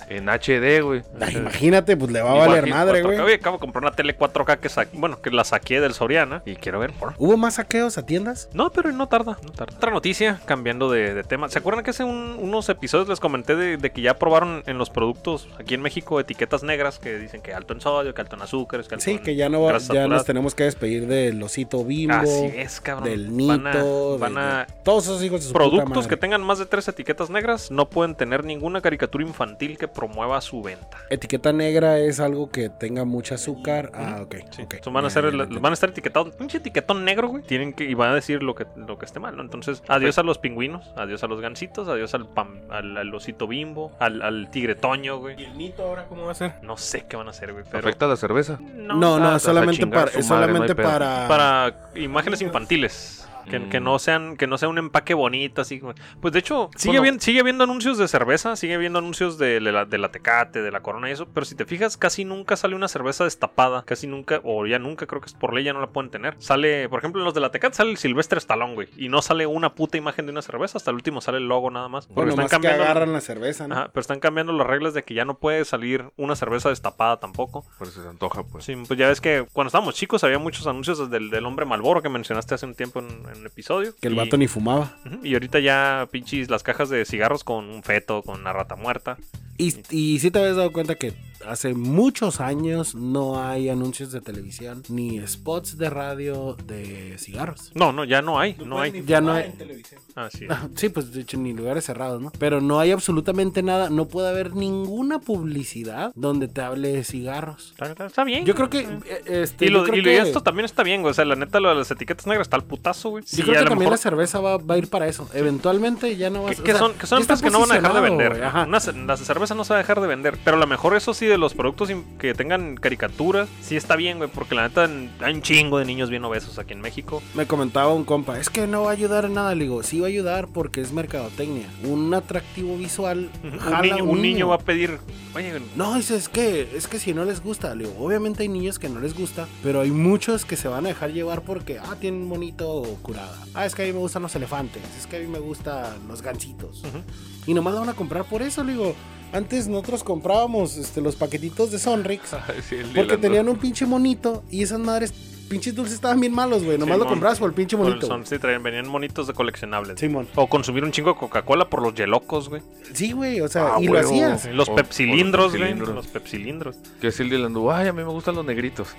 S4: En HD, güey.
S6: Ay, Imagínate, pues le va a
S3: Igual
S6: valer
S3: que
S6: madre,
S3: 4K.
S6: güey.
S3: Oye, acabo de comprar una tele 4K que sa- bueno, que la saqué del Soriana y quiero ver por.
S6: ¿Hubo más saqueos a tiendas?
S3: No, pero no tarda, no tarda. Otra noticia, cambiando de, de tema. ¿Se acuerdan que hace un- unos episodios les comenté de, de que ya probaron en los productos aquí en México etiquetas negras que dicen que alto en sodio, que alto en azúcar, que alto
S6: Sí,
S3: en
S6: que ya no va-
S3: grasas
S6: ya nos
S3: saturadas?
S6: tenemos que despedir del osito bimbo,
S3: Así es, Ah, eh, cabrón.
S6: del
S3: Van a-
S6: nito, de-
S3: van a
S6: de todos esos hijos de su puta
S3: Productos
S6: madre.
S3: que tengan más de tres etiquetas negras no pueden tener ninguna caricatura infantil que promueva su venta.
S6: Etiqueta negra es algo que tenga mucho azúcar. Ah, ok.
S3: Sí.
S6: ok.
S3: Entonces van a
S6: Ya,
S3: ser
S6: ya,
S3: el-
S6: ya entendí.
S3: van a estar etiquetados, pinche etiquetón negro, güey. Tienen que y van a decir lo que lo que esté mal, ¿no? Entonces, adiós a los pingüinos, adiós a los gansitos, adiós al pam- al, al osito bimbo, al, al tigre toño,
S5: ¿Y
S3: güey.
S5: el mito ahora cómo va a ser?
S3: No sé qué van a hacer, güey, pero
S4: ¿Afecta la cerveza?
S3: no,
S6: No, no,
S3: tanto.
S6: es solamente
S4: chingar a
S6: para
S4: su
S6: es
S4: madre, no hay
S6: solamente
S4: pedo.
S6: para
S3: para imágenes infantiles. Que, que no sean que no sea un empaque bonito así como- pues de hecho sigue
S4: Bueno.
S3: bien sigue viendo anuncios de cerveza sigue viendo anuncios de, la, de la Tecate de la Corona y eso pero si te fijas casi nunca sale una cerveza destapada casi nunca o ya nunca creo que es por ley ya no la pueden tener sale por ejemplo en los de la Tecate sale el Silvestre Stallone güey y no sale una puta imagen de una cerveza hasta el último sale el logo nada más porque
S6: Bueno,
S3: están
S6: más que
S3: cambiando
S6: agarran la cerveza, ¿no?
S3: Ajá, pero están cambiando las reglas de que ya no puede salir una cerveza destapada tampoco
S4: Por eso se antoja, pues.
S3: Sí, pues ya ves que cuando estábamos chicos había muchos anuncios del, del hombre Malboro que mencionaste hace un tiempo en, en el episodio.
S6: Que el
S3: Y-
S6: vato ni fumaba.
S3: Ujú, Y ahorita ya pinches las cajas de cigarros con un feto, con una rata muerta.
S6: Y, y sí te habías dado cuenta que hace muchos años no hay anuncios de televisión ni spots de radio de cigarros.
S3: No, no, ya no hay, no hay.
S6: Ya no hay-
S5: televisión.
S3: Así es.
S6: Ah, Sí, pues de hecho ni lugares cerrados, ¿no? Pero no hay absolutamente nada, no puede haber ninguna publicidad donde te hable de cigarros.
S3: Está- está- Está bien.
S6: Yo creo que eh, este,
S3: Y lo,
S6: yo creo
S3: y lo- y
S6: que-
S3: esto también está bien, güey. O sea, la neta, lo de las etiquetas negras está al putazo, güey. Sí,
S6: Yo creo
S3: a
S6: que
S3: lo
S6: también
S3: mejor-
S6: la cerveza va, va a ir para eso. Eventualmente ya no va a
S3: Que, que son, que son empresas que no van a dejar de vender. Una ce- la cerveza no se va a dejar de vender. Pero a lo mejor eso sí, de los productos in- que tengan caricaturas, sí está bien, güey. Porque la neta, en- hay un chingo de niños bien obesos aquí en México.
S6: Me comentaba un compa, es que no va a ayudar en nada. Le digo, sí va a ayudar porque es mercadotecnia. Un atractivo visual.
S3: Ujú, Un
S6: jala
S3: niño,
S6: a
S3: un niño va a pedir, oye,
S6: No, dice, es que, es que si no les gusta, le digo, obviamente hay niños que no les gusta, pero hay muchos que se van a dejar llevar porque, ah, tienen bonito curada. Ah, es que a mí me gustan los elefantes, es que a mí me gustan los gansitos.
S3: Ujú.
S6: Y nomás lo van a comprar por eso, le digo. Antes nosotros comprábamos este, los paquetitos de Sonrix
S4: Sí, el
S6: porque
S4: Dilandú.
S6: tenían un pinche monito y esas madres, pinches dulces estaban bien malos, güey. Nomás
S3: Simón.
S6: lo comprabas por el pinche
S3: por el
S6: monito.
S3: son- sí, traían- venían monitos de coleccionables.
S6: Simón.
S3: O consumir un chingo de Coca-Cola por los yelocos, güey.
S6: Sí, güey, o
S4: Ah,
S6: sea, y
S4: huevo.
S6: lo hacías.
S3: Los
S4: O-
S3: pepsilindros,
S4: o los
S3: güey.
S4: pepsilindros.
S3: Los pepsilindros.
S4: Que es el Dilandú. Ay, a mí me gustan los negritos.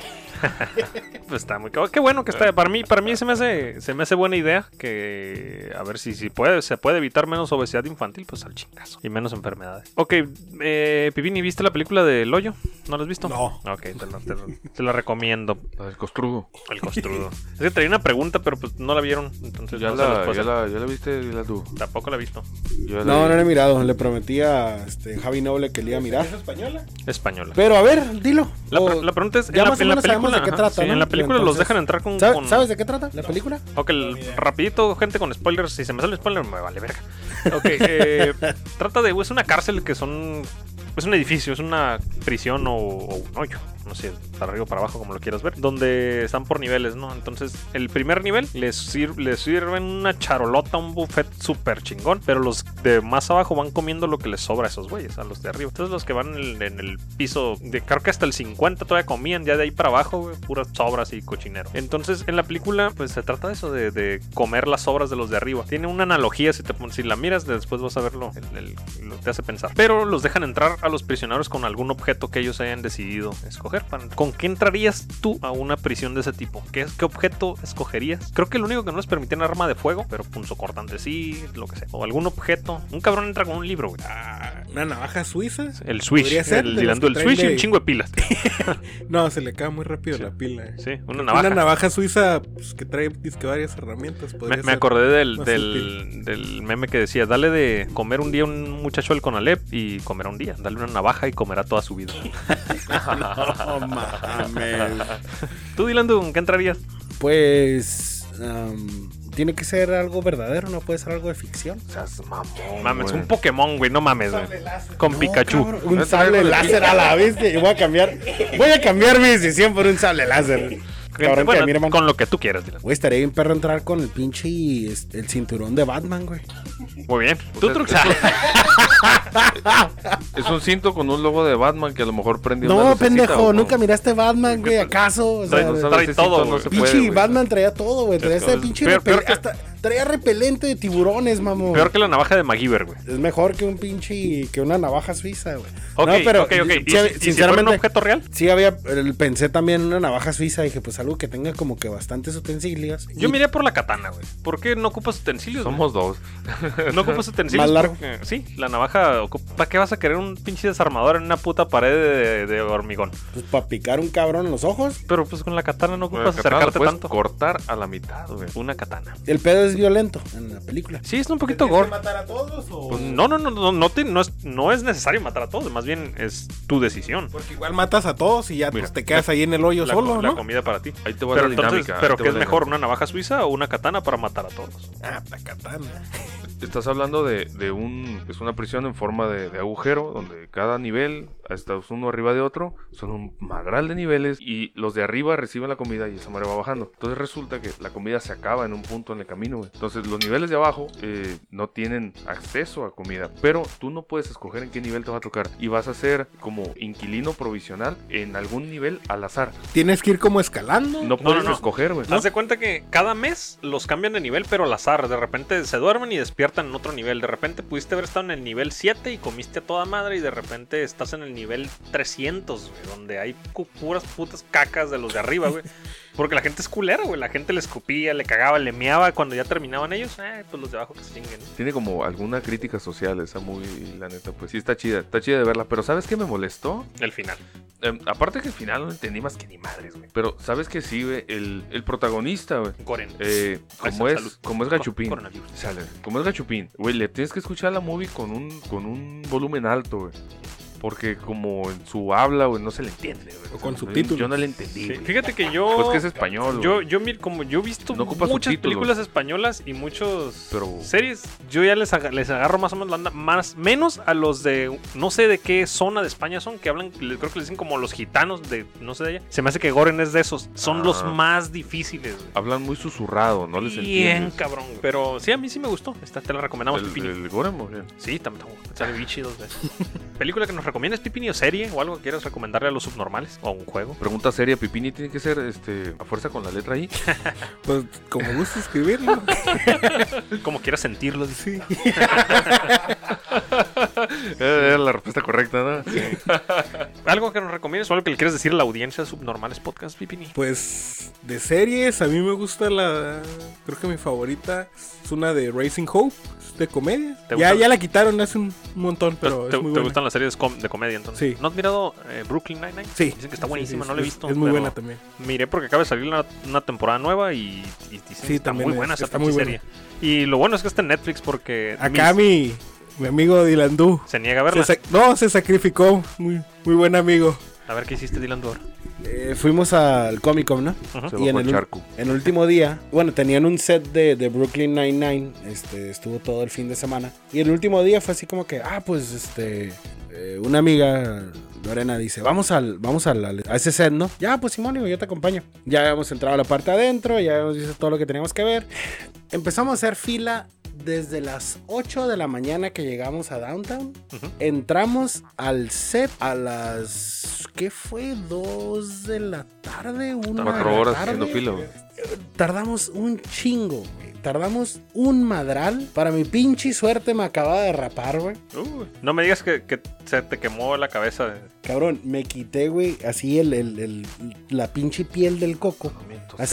S3: Pues está muy cabrón. Qué bueno que está. Para mí, para mí se me hace, se me hace buena idea que a ver si, si puede, se puede evitar menos obesidad infantil, pues al chingazo. Y menos enfermedades. Ok, eh, Pibini, ¿viste la película del hoyo? ¿No la has visto?
S5: No.
S3: Ok, te la, te la- te la recomiendo.
S4: La del costrudo.
S3: El costrudo. es que traía una pregunta, pero pues no la vieron. Entonces
S4: Ya
S3: no se las
S4: la,
S3: puedo
S4: ya,
S3: hacer.
S4: la, ya la viste, Dilandú.
S3: Tampoco la he visto.
S4: Yo ya la
S6: No,
S4: vi.
S6: no lo he mirado. Le prometí a este, Javi Noble que le iba
S3: Pues,
S6: a mirar.
S5: ¿Es española?
S3: Española.
S6: Pero a ver, dilo.
S3: La, pre-
S6: O-
S3: la pregunta es, en
S6: ya
S3: la,
S6: más o
S3: en la
S6: menos sabemos
S3: película,
S6: de qué
S3: ajá,
S6: trata,
S3: sí,
S6: ¿no?
S3: en la película los
S6: Entonces,
S3: dejan entrar con...
S6: ¿Sabe-
S3: con-
S6: ¿Sabes de qué trata la película?
S3: Ok, el- rapidito, gente con spoilers, si se me sale spoiler me vale verga. Ok, eh, trata de... Es una cárcel que son... Es un edificio, es una prisión o, o un hoyo. no sé, para arriba o para abajo, como lo quieras ver, donde están por niveles, ¿no? Entonces, el primer nivel les, sir- les sirven una charolota, un buffet súper chingón, pero los de más abajo van comiendo lo que les sobra a esos güeyes, a los de arriba. Entonces, los que van en el, en el piso, de, creo que hasta el 50 todavía comían, ya de ahí para abajo, güey, puras sobras y cochinero. Entonces, en la película, pues se trata de eso, de, de comer las sobras de los de arriba. Tiene una analogía, si, te, pon- si la miras, después vas a verlo, el- el- lo te hace pensar. Pero los dejan entrar a los prisioneros con algún objeto que ellos hayan decidido escoger. Para- ¿Con qué entrarías tú a una prisión de ese tipo? ¿Qué, qué objeto escogerías? Creo que lo único que no les permiten arma de fuego, pero punzocortante sí, lo que sea. O algún objeto. Un cabrón entra con un libro, güey.
S5: Ah, una navaja suiza.
S3: El switch,
S5: Podría ser de
S3: el,
S5: los
S3: hilando
S5: que
S3: el switch y
S5: traen
S3: un
S5: de-
S3: chingo de pilas.
S5: No, se le cae muy rápido
S3: Sí.
S5: la pila. eh.
S3: Sí, una navaja.
S5: Una navaja suiza pues, que trae dizque, varias herramientas.
S3: Me,
S5: podría
S3: me
S5: ser.
S3: acordé del,
S5: más
S3: del, del meme que decía, dale de comer un día un muchacho del Conalep y comerá un día, dale una navaja y comerá toda su vida.
S6: No mames.
S3: Tú, Dylan, ¿tú ¿con qué entrarías?
S6: Pues. am, tiene que ser algo verdadero, no puede ser algo de ficción.
S4: Seas mamón,
S3: Mames,
S4: güey.
S3: un Pokémon, güey, no mames, güey. Con Pikachu.
S6: cabrón, un
S4: No traigo
S6: sable
S4: de
S6: láser a la vez. Voy a cambiar. Voy a cambiar mi decisión por un sable láser. Cabrón,
S3: Bueno,
S6: que mi hermano.
S3: con lo que tú quieras, Dylan.
S6: Güey, estaría bien perro entrar con el pinche y este, el cinturón de Batman, güey.
S3: Muy bien. Tú, ah,
S4: es-
S3: Trux.
S4: Es un cinto con un logo de Batman que a lo mejor prendió una
S6: No,
S4: lucecita,
S6: pendejo,
S4: ¿o cómo?
S6: nunca miraste Batman, güey,
S3: ¿Qué-
S6: ¿acaso? O
S3: Trae-
S6: sea,
S4: No,
S3: trae
S4: sabes, ese
S3: todo,
S4: cinto no
S3: güey.
S4: se puede,
S6: pinche
S4: güey.
S6: Batman traía todo, güey. Traía ese
S4: cabrón.
S6: pinche
S3: Peor- peor
S6: repel-
S3: que-
S6: hasta traía repelente de tiburones, mamón.
S3: Peor que la navaja de MacGyver, güey.
S6: Es mejor que un pinche que una navaja suiza, güey.
S3: Ok,
S6: no, pero
S3: ok, ok. ¿Y, si-
S6: sí,
S3: y si fuera un
S6: sinceramente
S3: objeto real?
S6: sí había el- pensé también en una navaja suiza, dije, pues algo que tenga como que bastantes utensilios.
S3: Yo
S6: Y-
S3: miré por la katana, güey. ¿Por qué no ocupas utensilios? güey?
S4: Somos dos.
S3: No ocupas utensilios.
S6: Más largo.
S3: porque- sí, la navaja. ocupa- ¿Para qué vas a querer un pinche desarmador en una puta pared de, de hormigón?
S6: pues para picar un cabrón en los ojos.
S3: Pero pues con la katana no
S4: Con
S3: ocupas
S4: el katana lo
S3: acercarte
S4: puedes
S3: tanto.
S4: cortar a la mitad, güey.
S3: Una katana.
S6: El pedo es violento en la película.
S3: Sí, es un poquito gore.
S5: matar a todos o...?
S3: Pues, no, no, no, no, no, te- no es, no es necesario matar a todos. Más bien es tu decisión.
S5: Porque igual matas a todos y ya
S4: Mira,
S5: pues, te quedas ahí en el hoyo
S3: la,
S5: solo,
S3: co- la
S5: ¿no?
S3: comida para ti.
S4: Ahí te va
S3: Pero
S4: la
S3: entonces,
S4: dinámica. ahí
S3: ¿pero
S4: te
S3: qué
S4: va
S3: es
S4: la
S3: mejor? ¿Una navaja suiza o una katana para matar a todos?
S5: Ah, la katana.
S4: Estás hablando de, de un. Es una prisión en forma de, de agujero, donde cada nivel, estás uno arriba de otro, son un madral de niveles y los de arriba reciben la comida y esa madre va bajando. Entonces resulta que la comida se acaba en un punto en el camino, güey. Entonces los niveles de abajo eh, no tienen acceso a comida, pero tú no puedes escoger en qué nivel te va a tocar y vas a ser como inquilino provisional en algún nivel al azar.
S5: Tienes que ir como escalando.
S4: No puedes
S3: no.
S4: escoger, güey.
S3: Haz de cuenta que cada mes los cambian de nivel, pero al azar. De repente se duermen y despiertan en otro nivel. De repente pudiste haber estado en el nivel 7 y comiste a toda madre. Y de repente estás en el nivel 300, güey, donde hay cu- puras putas cacas de los de arriba, güey. Porque la gente es culera, güey. La gente le escupía, le cagaba, le meaba. Cuando ya terminaban ellos, eh, pues los de abajo que se chinguen.
S4: Tiene como alguna crítica social esa movie y la neta, pues sí está chida, está chida de verla, pero ¿sabes qué me molestó?
S3: El final.
S4: Em, aparte que al final no entendí más que ni madres, güey. Pero ¿sabes qué sí, güey? El, el protagonista, güey.
S3: Coren.
S4: eh,
S3: Ay,
S4: como,
S3: sa-
S4: es,
S3: salud.
S4: como es Gachupín.
S3: Coronavirus.
S4: Sale. Como es Gachupín, güey, le tienes que escuchar la movie con un, con un volumen alto, güey. Porque como en su habla, güey, no se le entiende, güey.
S5: O con
S4: sea,
S5: subtítulos.
S4: Yo no le entendí,
S3: Sí,
S4: güey.
S3: Fíjate que yo.
S4: Pues que es español,
S3: Yo,
S4: güey.
S3: yo, mir- como yo he visto
S4: No ocupa
S3: muchas
S4: subtítulos.
S3: películas españolas y muchas
S4: Pero-
S3: series, yo ya les, aga- les agarro más o menos la onda, más, menos a los de, no sé de qué zona de España son, que hablan, le- creo que le dicen como los gitanos de, no sé de allá. Se me hace que Goren es de esos, son
S4: Ah.
S3: los más difíciles. güey.
S4: Hablan muy susurrado, no les
S3: Bien
S4: entiendes.
S3: cabrón, güey. pero sí, a mí sí me gustó. Esta te la recomendamos,
S4: El,
S3: Pipini.
S4: el Goremo, güey.
S3: Sí, tampoco. Sale bichi dos veces. ¿Película que nos recomiendas, Pipini, o serie o algo que quieras recomendarle a los subnormales? O un juego.
S4: Pregunta seria, Pipini tiene que ser este a fuerza con la letra I.
S5: Pues como gusta escribirlo.
S3: Como quieras sentirlo, dice.
S5: sí.
S4: Era la respuesta correcta, ¿no?
S3: ¿Algo que nos recomiendes o algo que le quieres decir a la audiencia de Subnormales Podcast, Pipini?
S5: Pues de series, a mí me gusta la. Creo que mi favorita es una de Racing Hope, es de comedia.
S3: ¿Te
S5: Ya,
S3: gusta?
S5: ya la quitaron hace un montón, pero
S3: Pues, ¿Te,
S5: es muy
S3: te
S5: buena.
S3: gustan las series com- de comedia entonces?
S5: Sí.
S3: ¿No has mirado eh, Brooklyn Nine-Nine?
S5: Sí.
S3: Dicen que está buenísima,
S5: Sí, sí,
S3: no la he
S5: es-
S3: visto.
S5: Es muy
S3: pero
S5: buena también.
S3: Miré porque acaba de salir una, una temporada nueva y, y dicen que está
S5: también
S3: muy
S5: es-
S3: buena esa
S5: está
S3: pinche
S5: muy buena.
S3: serie. Y lo bueno es que está en Netflix porque
S5: Acá
S3: mis-
S5: mi, mi amigo Dylan Du.
S3: se niega a
S5: se
S3: verla.
S5: sac- no, se sacrificó. Muy, muy buen amigo.
S3: A ver qué hiciste, Dylan Dor.
S6: Eh, fuimos al Comic Con, ¿no?
S4: Se
S6: Y en
S4: bajó
S6: el,
S4: el
S6: ul-
S4: charco.
S6: en el último día, bueno, tenían un set de, de Brooklyn Nine-Nine, este, estuvo todo el fin de semana. Y el último día fue así como que, ah, pues, este, eh, una amiga Lorena dice, vamos al, vamos al, al- a ese set, ¿no? Ya, pues Simón, digo, yo te acompaño. Ya habíamos entrado a la parte adentro, ya habíamos visto todo lo que teníamos que ver. Empezamos a hacer fila desde las 8 de la mañana que llegamos a Downtown.
S3: Ujú.
S6: Entramos al set a las, ¿qué fue? 2 de la tarde, 1 de
S4: Cuatro
S6: la
S4: horas
S6: tarde
S4: haciendo fila, güey.
S6: tardamos un chingo, güey. Tardamos un madral. Para mi pinche suerte me acaba de rapar, güey.
S3: Uy, no me digas que, que se te quemó la cabeza. de-
S6: Cabrón, me quité, güey, así el, el- el- la pinche piel del coco. Así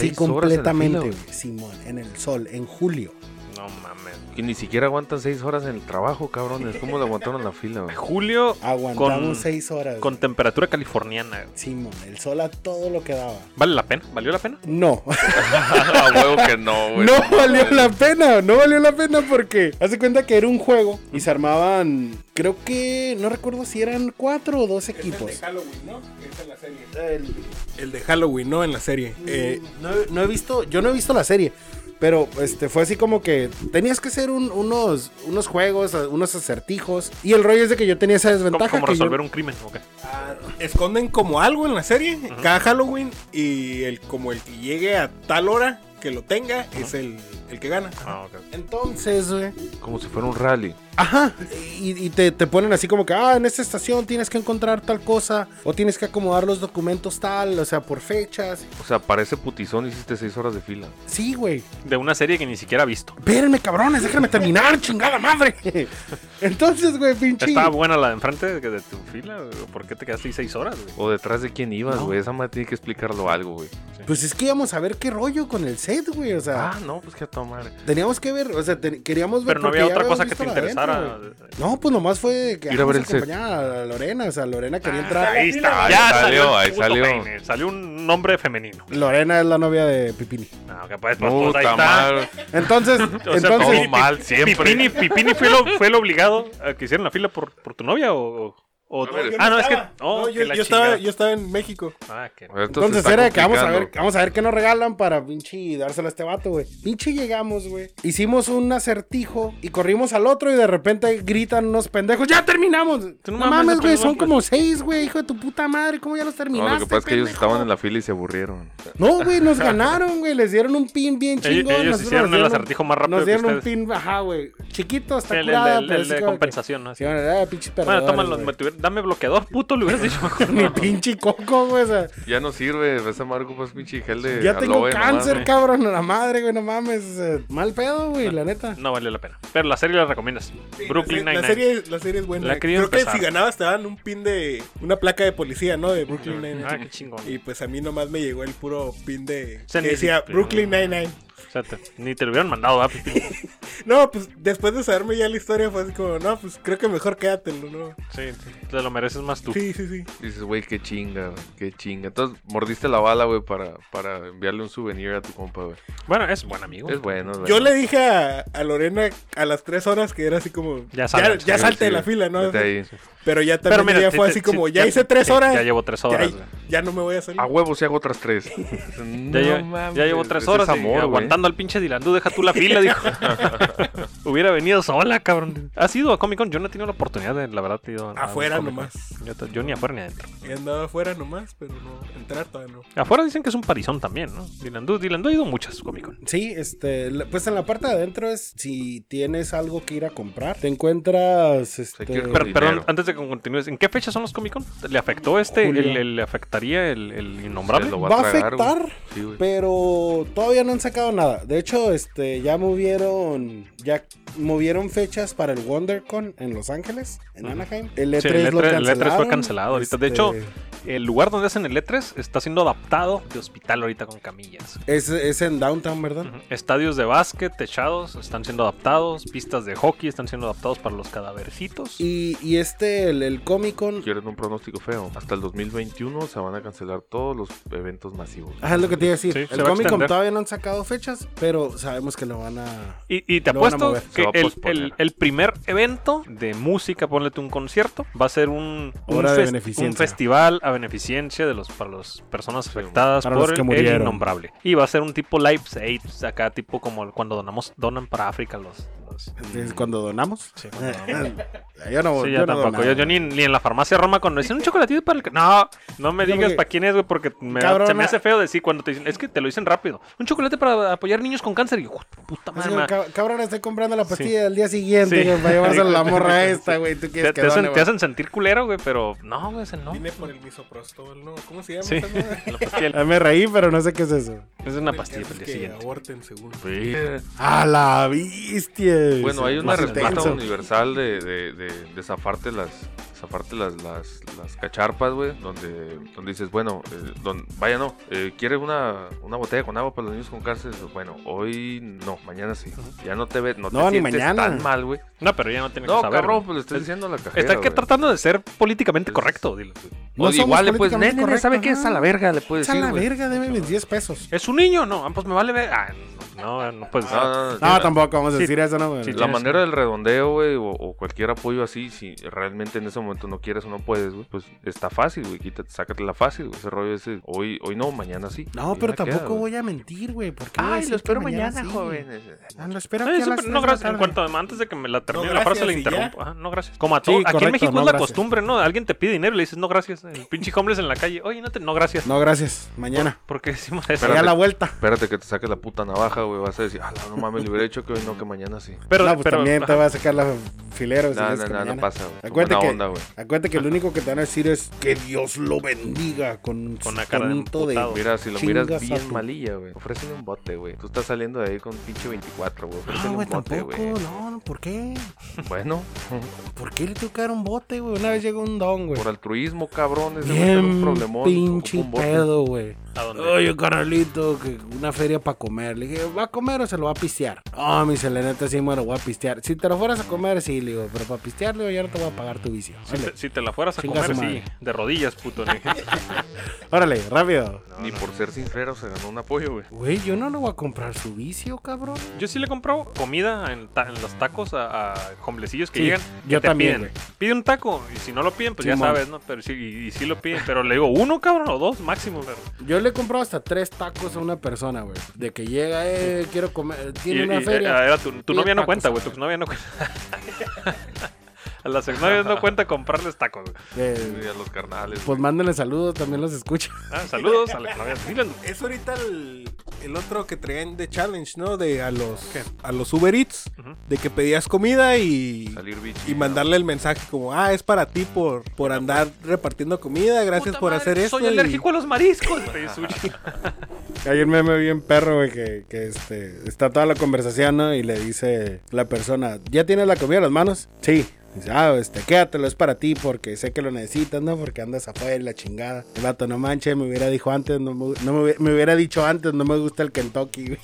S4: Seis horas en la
S6: completamente,
S4: fila,
S6: güey. Simón, en el sol, en julio.
S3: No mames.
S4: Que ni siquiera aguantan seis horas en el trabajo, cabrones. ¿Cómo le aguantaron la fila, güey?
S3: Julio
S6: Aguantamos
S3: Con-
S6: seis horas.
S3: con
S6: güey.
S3: temperatura californiana.
S6: Simón, el sol a todo lo que daba.
S3: ¿Vale la pena? ¿Valió la pena?
S6: No,
S4: A huevo que
S5: Oh,
S4: no, güey.
S6: no valió
S4: mames.
S6: la pena, no valió la pena porque hace cuenta que era un juego y se armaban, creo que, no recuerdo si eran cuatro o dos equipos.
S5: Halloween, ¿no? Es en la serie.
S6: El- Mm,
S5: El de Halloween, ¿no? En la serie. Eh,
S6: no, no he visto, yo no he visto la serie, pero este fue así como que tenías que hacer un- unos, unos juegos, a- unos acertijos. Y el rollo es de que yo tenía esa
S3: ¿Cómo,
S6: desventaja.
S3: cómo
S6: que yo-
S3: resolver un crimen? Ok.
S5: esconden como algo en la serie cada Halloween y el como el que llegue a tal hora que lo tenga es el, el que gana.
S3: Ah, ok.
S6: Entonces, güey,
S4: Como si fuera un rally.
S6: Ajá, y, y te, te ponen así como que, ah, en esta estación tienes que encontrar tal cosa, o tienes que acomodar los documentos tal, o sea, por fechas.
S4: O sea, parece putizón hiciste seis horas de fila.
S6: Sí, güey.
S3: De una serie que ni siquiera he visto.
S6: Espérenme, cabrones, déjenme terminar, chingada madre. Entonces, güey, pinche.
S3: ¿Estaba buena la de enfrente de de tu fila? ¿O ¿Por qué te quedaste ahí seis horas, güey?
S6: Pues
S4: O detrás de quién ibas,
S6: No.
S4: güey. Esa madre tiene que explicarlo algo, güey.
S6: Pues es que íbamos a ver qué rollo con el set, güey, o sea.
S4: Ah, no, pues que a tomar.
S6: Teníamos que ver, o sea, te- queríamos ver.
S3: Pero no
S6: porque
S3: había
S6: ya
S3: otra cosa que
S6: habíamos
S3: te
S6: visto la de
S3: interesara.
S6: adentro, güey. no, pues nomás fue que
S4: Ir a ver
S6: vamos
S4: el set.
S6: acompañar a Lorena, o sea, Lorena quería entrar.
S3: Ah, Ahí está,
S4: Ahí
S3: ya
S4: salió,
S3: salió,
S4: ahí
S3: el puto
S4: salió.
S3: peine, salió un nombre femenino.
S6: Lorena es la novia de Pipini.
S3: No, capaz, pues, pues, ahí
S4: Puta
S3: está.
S4: madre.
S6: Entonces,
S3: O sea,
S4: todo
S6: entonces,
S3: Pipini-
S4: mal siempre.
S3: Pipini, Pipini fue, lo- fue el obligado a que hicieron la fila por, por tu novia o. o-
S4: A ver,
S5: Yo
S3: ah, no, es que.
S5: estaba.
S3: oh,
S5: No,
S3: que
S5: yo,
S3: la
S5: yo estaba,
S3: chingada.
S5: yo estaba en México.
S3: Ah, que-
S4: Esto se
S6: Entonces
S4: está
S6: era de que vamos a ver,
S4: complicando.
S6: vamos a ver qué nos regalan para pinche dárselo a este vato, güey. Pinche llegamos, güey. Hicimos un acertijo y corrimos al otro y de repente gritan unos pendejos. ¡Ya terminamos!
S3: Tú
S6: No,
S3: no mames,
S6: mames,
S3: no
S6: güey,
S3: te-
S6: son como seis, güey, hijo de tu puta madre, ¿cómo ya los terminaste?
S4: No, lo que pasa es que ellos
S6: pendejo?
S4: estaban en la fila y se aburrieron.
S6: No, güey, nos ganaron, güey. Les dieron un pin bien
S3: Ellos-
S6: chingón.
S3: ellos
S6: nosotros
S3: hicieron
S6: nos
S3: el
S6: dieron-
S3: acertijo más rápido
S6: Nos
S3: que
S6: dieron un
S3: ustedes.
S6: pin, ajá, güey. Chiquito, hasta
S3: El, el-
S6: curada.
S3: el-
S6: pero
S3: el
S6: así
S3: de
S6: como que-
S3: compensación, ¿no?
S6: Sí, bueno, ah, pinches
S3: Bueno,
S6: perdedores,
S3: tómalo,
S6: güey.
S3: me tuviera- dame bloqueador, puto, le hubieras dicho.
S6: Ni pinche coco, güey. o sea,
S4: Ya no sirve, esa Marco pues pinche gel de
S6: ya tengo
S4: aloe nomás,
S6: cáncer,
S4: güey.
S6: cabrón. A la madre, güey, no mames. o sea, mal pedo, güey, la neta.
S3: No valió la pena. Pero la serie la recomiendas. Brooklyn
S5: la, se-
S3: Nine-Nine.
S5: la serie, es- la serie es buena. eh.
S3: La he querido
S5: Creo que
S3: empezar.
S5: si ganabas te daban un pin de una placa de policía, ¿no? De Brooklyn Nine-Nine.
S3: Ah, qué chingón.
S5: Y pues a mí nomás me llegó el puro pin de
S3: Se
S5: que
S3: ni-
S5: decía Brooklyn Nine-Nine.
S3: O sea, te- ni te lo hubieran mandado, ¿verdad? Pipi?
S5: No, pues después de saberme ya la historia fue así como, no, pues creo que mejor quédatelo, ¿no?
S3: Sí, te lo mereces más tú.
S5: Sí, sí, sí.
S4: Dices, güey, qué chinga, güey, qué chinga. Entonces mordiste la bala, güey, para, para enviarle un souvenir a tu compa, güey.
S3: Bueno, es buen amigo.
S4: Es bueno, güey.
S5: Yo le dije a, a Lorena a las tres horas que era así como,
S3: Ya
S5: ya,
S3: sal-
S5: ya
S4: Sí,
S5: salte de
S4: sí,
S5: la fila, ¿no?
S4: vete ahí.
S5: Pero ya también ya
S3: sí
S5: fue
S3: te-
S5: así
S3: sí,
S5: como, ya hice tres
S3: sí,
S5: horas.
S3: Ya llevo tres horas.
S5: Ya,
S3: güey.
S5: ya no me voy a salir.
S4: A huevo si hago otras tres. ya,
S3: Ya, lle- ya llevo tres horas y aguantando al pinche Dilandú, deja tú la fila, dijo. Hubiera venido sola, cabrón. ¿Has ido a Comic Con? Yo no he tenido la oportunidad de, la verdad, he ido a- a
S5: Afuera
S3: Comic-Con.
S5: nomás.
S3: Yo, t- yo ni afuera ni adentro.
S5: Y andaba afuera nomás, pero no, entrar todavía no.
S3: Afuera dicen que es un parizón también, ¿no? Dilandú, Dilandú ha ido a muchas Comic Con.
S6: Sí, este, la- pues en la parte de adentro es si tienes algo que ir a comprar, te encuentras, este,
S4: que ir con-
S3: Per-
S4: dinero.
S3: perdón, antes de que continúes, ¿en qué fecha son los Comic Con? ¿Le afectó este?
S6: Julio.
S3: el- el- ¿Le afectaría el, el innombrable?
S4: lo
S6: va a
S4: tragar, güey.
S6: afectar,
S4: Sí, güey.
S6: pero todavía no han sacado nada. De hecho, este, ya movieron, ya movieron fechas para el WonderCon en Los Ángeles, en
S3: Ujú.
S6: Anaheim. El E3,
S3: Sí, el E
S6: lo
S3: E3 el E3 fue
S6: cancelaron. Este,
S3: cancelado ahorita. De hecho, El lugar donde hacen el E3 está siendo adaptado de hospital ahorita con camillas.
S6: es, es en Downtown, ¿verdad?
S3: Ujú. Estadios de básquet, techados, están siendo adaptados. Pistas de hockey están siendo adaptados para los cadavercitos.
S6: Y, y este, el, el Comic Con,
S4: Quieren un pronóstico feo. Hasta el 2021 se van a cancelar todos los eventos masivos.
S6: ah, es lo que te iba a decir.
S3: Sí, se
S6: el
S3: va a
S6: Comic Con
S3: extender.
S6: todavía no han sacado fechas, pero sabemos que lo van a...
S3: Y, y te
S6: Lo van a
S3: apuesto
S6: mover.
S4: Se
S3: que
S4: va a
S3: el,
S4: posponer.
S3: el- el primer evento de música, ponle tú un concierto, va a ser un, un
S6: Hora de
S3: fes-
S6: beneficencia.
S3: un festival a beneficencia de los para las personas afectadas
S6: Para
S3: por
S6: los que
S3: el- el,
S6: murieron.
S3: innombrable. Y va a ser un tipo Live Aid, acá tipo como el- cuando donamos, donan para África los, cosas.
S6: Entonces, cuando donamos.
S5: Sí, cuando
S6: yo no,
S3: Sí, ya
S6: yo no
S3: tampoco.
S6: donaba.
S3: Yo, yo ni, ni en la farmacia Roma cuando dicen un chocolatito para el... ca-". No, no me
S6: Sí,
S3: digas
S6: porque-
S3: para quién es, güey, porque me,
S6: Cabrona.
S3: se me hace feo decir cuando te dicen... Es que te lo dicen rápido. Un chocolate para apoyar niños con cáncer. Y yo, puta
S6: Así
S3: madre.
S6: como,
S3: ma-
S6: "Cab- cabrón, estoy comprando la pastilla del día siguiente
S3: Sí.
S6: güey, para llevarse a la morra esta, güey. ¿Tú
S3: Te,
S6: quieres
S3: te
S6: que
S3: hacen,
S6: done,
S3: te
S6: güey?
S3: hacen sentir culero, güey, pero no, güey, ese no.
S5: Vine por el misoprostol, ¿no? ¿Cómo se llama?
S3: Sí.
S5: esa madre?
S3: La pastilla-
S6: Ah, Me reí, pero no sé qué es eso.
S3: es una pastilla para el
S5: que
S3: día siguiente.
S5: aborten según.
S4: Sí.
S6: A la bestia.
S4: Bueno, hay una
S6: Más
S4: respuesta
S6: intenso.
S4: universal de, de, de- de zafarte las zafarte las, las, las cacharpas, güey, donde, donde dices, bueno, eh, don- vaya no, eh, ¿quieres una, una botella con agua para los niños con cárcel? Bueno, hoy no, mañana sí. Ya no te ves, no, te
S6: No, ni
S4: sientes
S6: mañana.
S4: tan mal, güey.
S3: No, pero ya no tiene que
S4: No,
S3: saber.
S4: cabrón,
S3: güey.
S4: pues le estoy
S3: Es-
S4: diciendo a la cajera.
S3: Está que
S4: güey.
S3: tratando de ser políticamente correcto, dile.
S4: O
S6: No somos
S4: igual le puedes,
S6: políticamente
S4: nene, nene, ¿sabe
S6: correctos,
S4: qué? Es a la
S6: ajá.
S4: verga, le puedes
S6: Echa
S4: decir,
S6: la
S4: güey.
S6: verga, deme mis 10 pesos.
S3: ¿Es un niño? No, ah, pues me vale ver. Ah, no, no puede ser.
S4: No, no, no,
S6: No,
S4: tiene-
S6: tampoco vamos a
S3: Sí.
S6: decir eso, no, güey.
S3: Sí,
S4: La
S3: tienes-
S4: manera del redondeo, güey, o, o cualquier apoyo así, si realmente en ese momento no quieres o no puedes, güey, pues está fácil, güey, quítate, sácate la fácil, güey, ese rollo ese, hoy, hoy no, mañana sí.
S6: No, pero tampoco voy a mentir, güey. porque voy a decir que sí? Ah, lo espero
S3: Ay,
S6: aquí a
S3: sí,
S6: las
S3: pero no,
S6: tres de la
S3: gracias. En
S6: tarde.
S3: cuanto antes de que me la termine
S5: No,
S3: la frase,
S5: gracias,
S3: le
S5: y ya.
S3: interrumpo. Ah, no, gracias. Como a
S6: Sí,
S3: todo. Aquí en
S6: correcto,
S3: México
S6: no,
S3: es la
S6: gracias.
S3: costumbre, ¿no? Alguien te pide dinero y le dices, no, gracias. El pinche homeless en la calle. Oye, no, te... no gracias.
S6: No, gracias. Mañana.
S3: Porque decimos eso.
S4: Pero-
S6: Ya
S4: Espérate.
S6: la vuelta.
S4: Espérate que te saques la puta navaja, güey, vas a decir, ah, no mames, le hubiera hecho que hoy no, que mañana sí.
S3: Pero,
S6: no, pues
S3: pero-
S6: también te
S3: ajá.
S6: va a sacar la filera. si
S4: No,
S6: es
S4: no,
S6: que
S4: no, no
S6: mañana.
S4: pasa, güey.
S6: Acuérdate que,
S4: Buena onda, güey.
S6: acuérdate que lo único que te van a decir es que Dios lo bendiga con,
S3: Con una cara de
S6: tonto
S3: emputado.
S4: Mira, si lo miras
S6: Chingas a
S4: bien
S6: tu-
S4: malilla, güey. Ofrécele un bote, güey. Tú estás saliendo de ahí con pinche 24, güey. Ofrécele
S6: No,
S4: un
S6: Ah, güey,
S4: bote,
S6: tampoco.
S4: güey.
S6: No, no, ¿por qué?
S4: Bueno,
S6: ¿Por qué le tengo que dar un bote, güey? Una vez llegó un don, güey.
S4: por altruismo, cabrón, ese güey tiene un
S6: Bien
S4: problemón.
S6: pinche
S4: ocupa un bote.
S6: pedo, güey.
S3: ¿A dónde?
S6: Oye, carnalito, que una feria para comer. Le dije, ¿va a comer o se lo va a pistear? Ah, mi seleneta, sí me lo voy a pistear. Si te lo fueras a comer, sí, le digo, pero para pistear, le digo, ya no te voy a pagar tu vicio.
S3: Si
S6: Órale,
S3: te, si te la fueras a
S6: Chinga
S3: comer,
S6: su
S3: sí.
S6: madre.
S3: De rodillas, puto. ¿no?
S6: Órale, rápido.
S4: Ni por ser sincero se ganó un apoyo, güey.
S6: Güey, yo no le voy a comprar su vicio, cabrón.
S3: Yo sí le compro comida en, ta- en los tacos a, a hombrecillos que
S6: Sí,
S3: llegan.
S6: yo
S3: que te
S6: también,
S3: Piden.
S6: güey.
S3: Pide un taco y si no lo piden, pues ya
S6: Simón.
S3: sabes, ¿no? Pero sí, y, y sí lo piden. Pero le digo uno, cabrón, o dos máximo. Pero...
S6: Yo le he comprado hasta tres tacos a una persona, güey. De que llega, eh, quiero comer,
S3: Y-
S6: tiene una
S3: y-
S6: feria.
S3: eh, era tu, tu
S6: Pide
S3: novia no
S6: tacos,
S3: cuenta,
S6: a
S3: güey.
S6: ver.
S3: Tu novia no cuenta. A las exnovias no cuenta comprarles tacos, güey.
S6: Eh,
S4: Y a los carnales.
S6: pues mándenle saludos, también los escucho.
S3: Ah, saludos a las exnovias. Diles,
S5: Es ahorita el, el otro que traían de challenge, ¿no? De a los a los Uber Eats,
S3: Ujú.
S5: de que pedías comida y
S4: Salir bichi.
S5: y mandarle el mensaje como, "Ah, es para ti por por andar repartiendo comida, gracias
S3: "Puta
S5: por
S3: madre,
S5: hacer esto."
S3: Soy
S5: y-
S3: alérgico a los mariscos. güey, sushi.
S6: Hay un meme bien perro, güey, que, que, este, está toda la conversación, ¿no? Y le dice la persona, ¿ya tienes la comida en las manos? Sí. Dice, ah, este, quédatelo, es para ti porque sé que lo necesitas, ¿no? Porque andas afuera y la chingada. El vato, no manches, me hubiera dicho antes, no me, no me hubiera- me hubiera dicho antes, no me gusta el Kentucky, güey.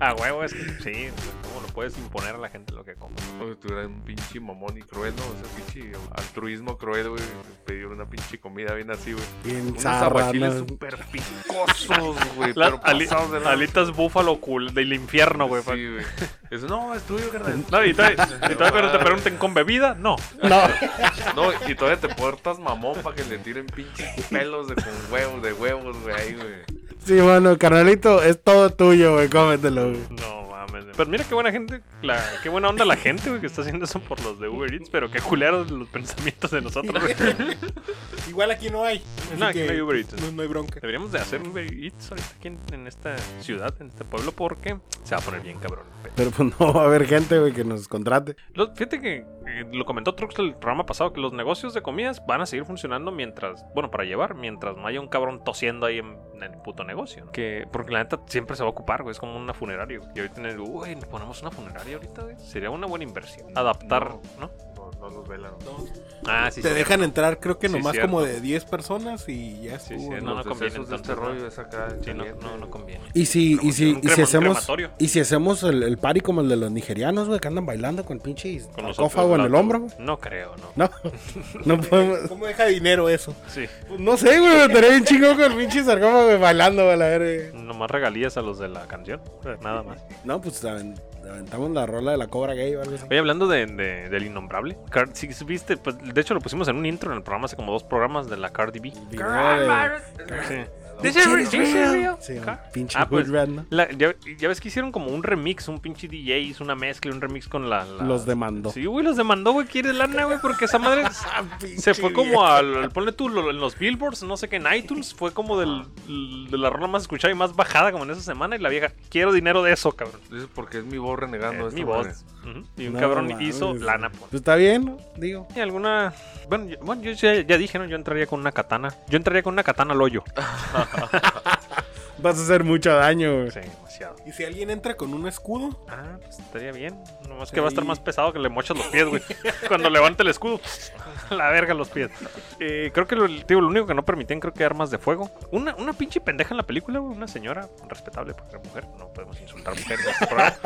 S3: A huevo, Ah, es que sí. ¿Cómo lo puedes imponer a la gente lo que compra?
S4: Uy, tú eras un pinche mamón y cruel, ¿no? O sea, pinche altruismo cruel, güey. Pedir una pinche comida bien así, güey.
S6: Bien
S4: Unos
S6: zarra,
S4: aguachiles
S6: ¿no?
S4: súper picosos, güey.
S3: Las
S4: Pero pasados de la...
S3: alitas búfalo cool del infierno, güey. pa-
S4: Sí, güey. Eso, no, es tuyo, carnal.
S3: No, y todavía, y todavía cuando te pregunten con bebida, no.
S6: No,
S4: No, y todavía te portas mamón para que le tiren pinches pelos de con huevos, de huevos, güey, ahí, güey.
S6: sí, bueno, carnalito, es todo tuyo, güey, cómetelo, güey.
S3: No mames. güey. Pero Pues mira qué buena gente, la, qué buena onda la gente, güey, que está haciendo eso por los de Uber Eats, pero qué culeros los pensamientos de nosotros. güey.
S5: Igual aquí no hay. así
S3: No, aquí
S5: que
S3: no hay Uber Eats.
S5: No, no hay bronca.
S3: Deberíamos de hacer Uber Eats ahorita aquí en, en esta ciudad, en este pueblo, porque se va a poner bien cabrón. el pedo.
S6: Pero pues no va a haber gente, güey, que nos contrate.
S3: Los- fíjate que eh, lo comentó Trux el programa pasado, que los negocios de comidas van a seguir funcionando mientras, bueno, para llevar, mientras no haya un cabrón tosiendo ahí en, en el puto negocio. ¿no? Que, porque la neta siempre se va a ocupar, güey, es como una funeraria. güey. Y ahorita, en el- uy, ponemos una funeraria ahorita, güey. Sería una buena inversión. Adaptar, ¿no?
S4: No, no los velan.
S3: Ah, sí,
S5: Te
S3: sí.
S5: dejan entrar creo que
S3: Sí,
S5: nomás
S3: cierto.
S5: como de 10 personas y ya
S3: Sí,
S5: estuvo,
S3: sí,
S5: ¿no?
S3: no,
S4: No,
S3: no
S4: no
S3: conviene,
S4: de este
S3: entonces, no.
S4: rollo es acá.
S3: Sí, no,
S4: caliente,
S3: no, no
S4: güey.
S3: conviene.
S6: Y si,
S3: Pero
S6: y si,
S3: un
S6: y si
S3: crema- un
S6: hacemos,
S3: crematorio.
S6: y si hacemos el, el party como el de los nigerianos, güey, que andan bailando con el pinche
S3: Con los
S6: sarcófago en
S3: otros
S6: el hombro,
S3: lados.
S6: güey.
S3: No creo, no.
S6: No, no podemos. Pues
S5: ¿Cómo deja dinero eso?
S3: Sí.
S6: No sé, güey, me estaría bien chingón con el pinche sarcófago güey, bailando, güey, a la verga.
S3: Nomás regalías a los de la canción.
S6: Eh.
S3: Nada más.
S6: No, pues aven- aventamos la rola de la cobra gay o algo así.
S3: Oye, hablando de, de- del innombrable, Card, si viste, pues, de hecho lo pusimos en un intro en el programa hace como dos programas de la Cardi B.
S6: Video de-
S3: Sí. This is re-
S6: Shit,
S3: this is
S6: real.
S3: real.
S6: Sí, un
S3: Ajá.
S6: pinche
S3: Ah, pues,
S6: hoodrat, ¿no?
S3: la- ya, ya ves que hicieron como un remix, un pinche DJ hizo una mezcla, un remix con la... la-
S6: Los demandó.
S3: Sí, güey, los demandó, güey, quiere lana, güey, porque esa madre
S6: Ah,
S3: se fue como al, al- ponle tú, lo- en los billboards, no sé qué, en iTunes, fue como del, de la rola más escuchada y más bajada como en esa semana, y la vieja, quiero dinero de eso, cabrón.
S4: Dices porque es mi voz renegando.
S3: Es
S4: esta
S3: mi
S4: madre.
S3: voz. Ujú. Y un
S6: No,
S3: cabrón
S6: mames.
S3: hizo lana, pues.
S6: Pues está bien, ¿no? digo.
S3: Y alguna. Bueno, yo, bueno, yo ya, ya dije, ¿no? Yo entraría con una katana. Yo entraría con una katana al hoyo.
S6: Ah. Vas a hacer mucho daño, güey.
S3: Sí, demasiado.
S5: Y si alguien entra con un escudo,
S3: Ah, pues estaría bien. Nomás que va a estar más pesado que le mochas los pies, güey. Cuando levante el escudo, la verga los pies. Eh, creo que lo, digo, lo único que no permitían, creo que armas de fuego. Una, una pinche pendeja en la película, güey. Una señora respetable, porque era mujer. No podemos insultar a mujeres. en este programa.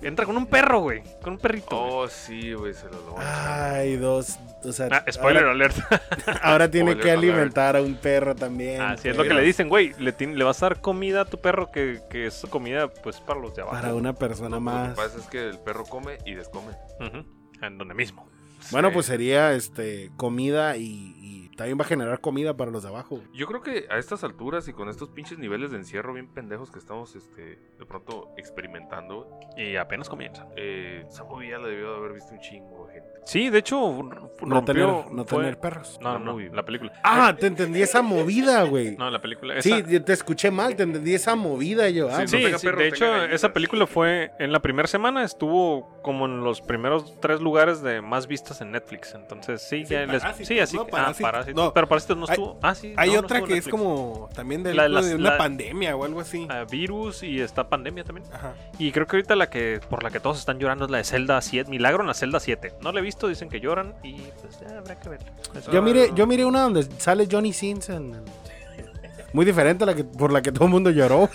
S3: Entra con un perro, güey. Con un perrito. güey.
S4: Oh, sí, güey, se lo
S6: Ah,
S4: logró.
S6: Ay, dos. O sea,
S3: Ah, spoiler
S6: ahora,
S3: alert.
S6: ahora tiene
S4: Spoiler
S6: que
S4: alert.
S6: alimentar a un perro también. eh,
S3: Así es lo que le dicen, güey. Le, tin- le vas a dar comida a tu perro que, que es comida, pues, para los de abajo.
S6: Para una
S3: pues,
S6: persona
S4: Lo que
S6: más.
S4: pasa es que el perro come y descome.
S3: Ujú, En donde mismo.
S6: Bueno,
S4: Sí.
S5: eh,
S6: pues sería este comida y, y también va a generar comida para los de abajo.
S4: Yo creo que a estas alturas y con estos pinches niveles de encierro bien pendejos que estamos este, de pronto experimentando,
S3: Y apenas comienza.
S4: eh, esa movie ya la debió de haber visto un chingo de gente.
S3: Sí, de hecho, Pues, rompió.
S6: No tener, no
S3: fue-
S6: tener perros.
S3: No,
S4: La
S3: no,
S4: movie.
S3: la película.
S6: Ah, te entendí esa movida, güey.
S3: No, la película.
S6: Sí,
S3: esa-
S6: te te escuché mal, te entendí esa movida yo. Ah,
S4: no
S3: Sí,
S4: tenga
S3: sí,
S4: perro,
S3: de
S4: tenga
S3: hecho,
S4: gallinas.
S3: esa película fue en la primera semana, estuvo como en los primeros tres lugares de más vistas en Netflix. Entonces, sí, ya les-
S5: Parásitos,
S3: sí, así
S5: ¿no?
S3: que-
S5: Parásitos.
S3: ah, Parásitos.
S5: No.
S3: Pero Parásitos no
S5: Hay-
S3: estuvo. ah, sí.
S5: hay
S3: no, no
S5: otra
S3: estuvo en
S5: que es
S3: Netflix.
S5: como también de,
S3: La-
S5: algo de
S3: las-
S5: una
S3: la-
S5: pandemia o algo así.
S3: Ah, virus y está pandemia también.
S5: Ajá.
S3: Y creo que ahorita la que por la que todos están llorando es la de Zelda 7, Milagro en la Zelda 7. No la he visto, dicen que lloran y pues ya habrá que ver.
S6: Yo miré, yo miré una donde sale Johnny Sins en- Muy diferente a la que, por la que todo el mundo lloró.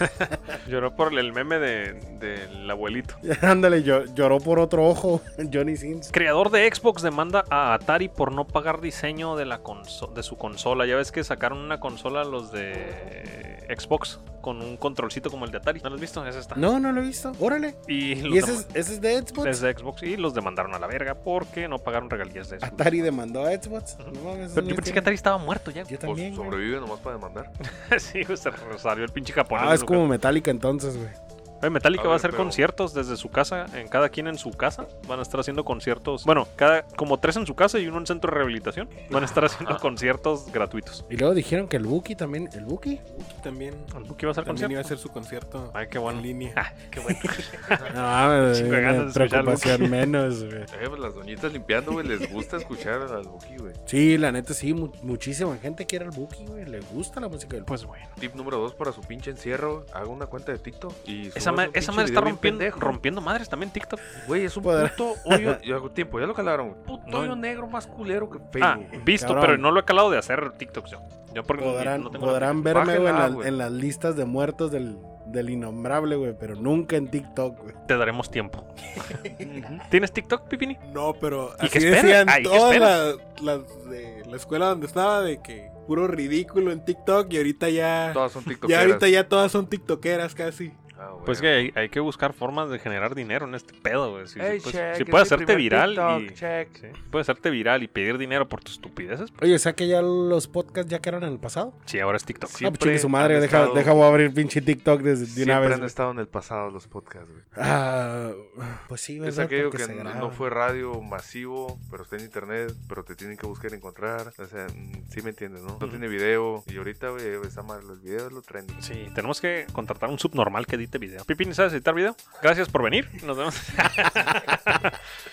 S3: Lloró por el meme de- del abuelito.
S6: Ándale, llo- lloró por otro ojo. Johnny Sins.
S3: Creador de Xbox demanda a Atari por no pagar diseño de, la conso- de su consola. Ya ves que sacaron una consola los de Xbox con un controlcito como el de Atari. ¿No lo has visto? Es esta.
S6: No, no lo he visto. Órale.
S3: Y, los
S6: ¿Y ese es,
S3: demandaron
S6: ese es de Xbox?
S3: desde Xbox y los demandaron a la verga porque no pagaron regalías de eso.
S6: Atari demandó a Xbox.
S3: Ujú.
S6: No mames,
S3: Pero yo
S6: esos
S3: pensé
S6: güeyes
S3: que Atari estaba muerto ya.
S6: tienen- Yo
S4: Pues
S6: también. güey.
S4: sobrevive nomás para demandar.
S3: sí, pues, se salió el pinche japonés.
S6: Ah,
S3: de
S6: es
S3: su
S6: como Metallica entonces, güey.
S3: Oye, Metallica
S4: A
S3: va a
S4: ver,
S3: hacer
S4: pero-
S3: conciertos desde su casa, en cada quien en su casa. Van a estar haciendo conciertos. Bueno, cada como tres en su casa y uno en centro de rehabilitación. Van a estar haciendo conciertos gratuitos.
S6: Y luego dijeron que el Buki también. ¿El Buki?
S5: También,
S3: ¿El Buki va a hacer
S5: también iba a
S3: conciertos?
S5: hacer su concierto
S3: Ay, qué bueno.
S5: en línea.
S3: Ah, qué bueno.
S6: No, mames,
S3: Chingo de ganas de escuchar al
S6: güey,
S3: Buki.
S6: preocupación menos, güey.
S4: Eh, pues las doñitas limpiando, güey, les gusta escuchar al Buki, güey.
S6: Sí, la neta sí, mu- muchísima gente quiere al Buki, güey. Le gusta la música del Buki.
S3: pues bueno.
S4: Tip número dos para su pinche encierro, haga una cuenta de TikTok y
S3: Esa,
S4: subas
S3: ma-
S4: un
S3: esa
S4: pinche
S3: madre está
S4: video bien
S3: rompiendo,
S4: pendejo.
S3: rompiendo madres también TikTok.
S4: Güey, es un
S6: Poder-
S4: puto hoyo. Yo hago tiempo, ya lo calaron. güey. Puto
S3: No.
S4: hoyo negro más culero que
S3: Ah,
S4: Facebook. güey.
S3: visto,
S6: Cabrón.
S3: pero no lo he calado de hacer TikTok yo. Yo porque no-
S6: Podrán,
S3: no tengo la
S6: podrán
S3: aplicación.
S6: verme güey, en,
S4: Bájenla,
S6: la-
S4: güey.
S6: en las listas de muertos del, del innombrable, güey, pero nunca en TikTok, güey.
S3: Te daremos tiempo. ¿Tienes TikTok, Pipini?
S5: No, pero
S3: ¿Y
S5: así
S3: qué esperas?
S5: decían
S3: Ay, ¿qué
S5: todas
S3: esperas?
S5: las, las de la escuela donde estaba de que puro ridículo en TikTok y ahorita ya
S4: Todas son TikTokeras.
S5: ya ahorita ya todas son tiktokeras casi.
S4: Ah, güey.
S3: Pues que hay, hay que buscar formas de generar dinero en este pedo, güey. Si, si
S4: Hey,
S3: puedes-
S4: check,
S3: si
S4: es
S3: puedes
S4: mi
S3: hacerte
S4: primer
S3: viral
S4: TikTok,
S3: y,
S4: check.
S3: sí, puedes hacerte viral y pedir dinero por tus estupideces,
S6: Oye, o sea que ya los podcasts ya quedaron en el pasado.
S3: sí, ahora es TikTok.
S4: Sí.
S6: Ah, pues
S4: Siempre
S6: chingue su madre,
S4: han
S6: deja,
S4: estado-
S6: deja voy a abrir pinche TikTok desde de
S4: Siempre
S6: una vez.
S4: han estado en el pasado los podcasts, güey.
S6: güey. Ah, pues sí,
S4: Es
S6: ¿verdad?
S4: aquello
S6: Porque
S4: que
S6: se
S4: n-
S6: graba.
S4: no fue radio masivo, pero está en internet, pero te tienen que buscar y encontrar. O sea, mm, sí me entiendes, ¿no? No tiene video. Y ahorita, güey, está mal. Los videos lo trendy.
S3: Sí, tenemos que contratar un subnormal que edite video. Pipini, ¿sabes editar video? Gracias por venir. Nos vemos.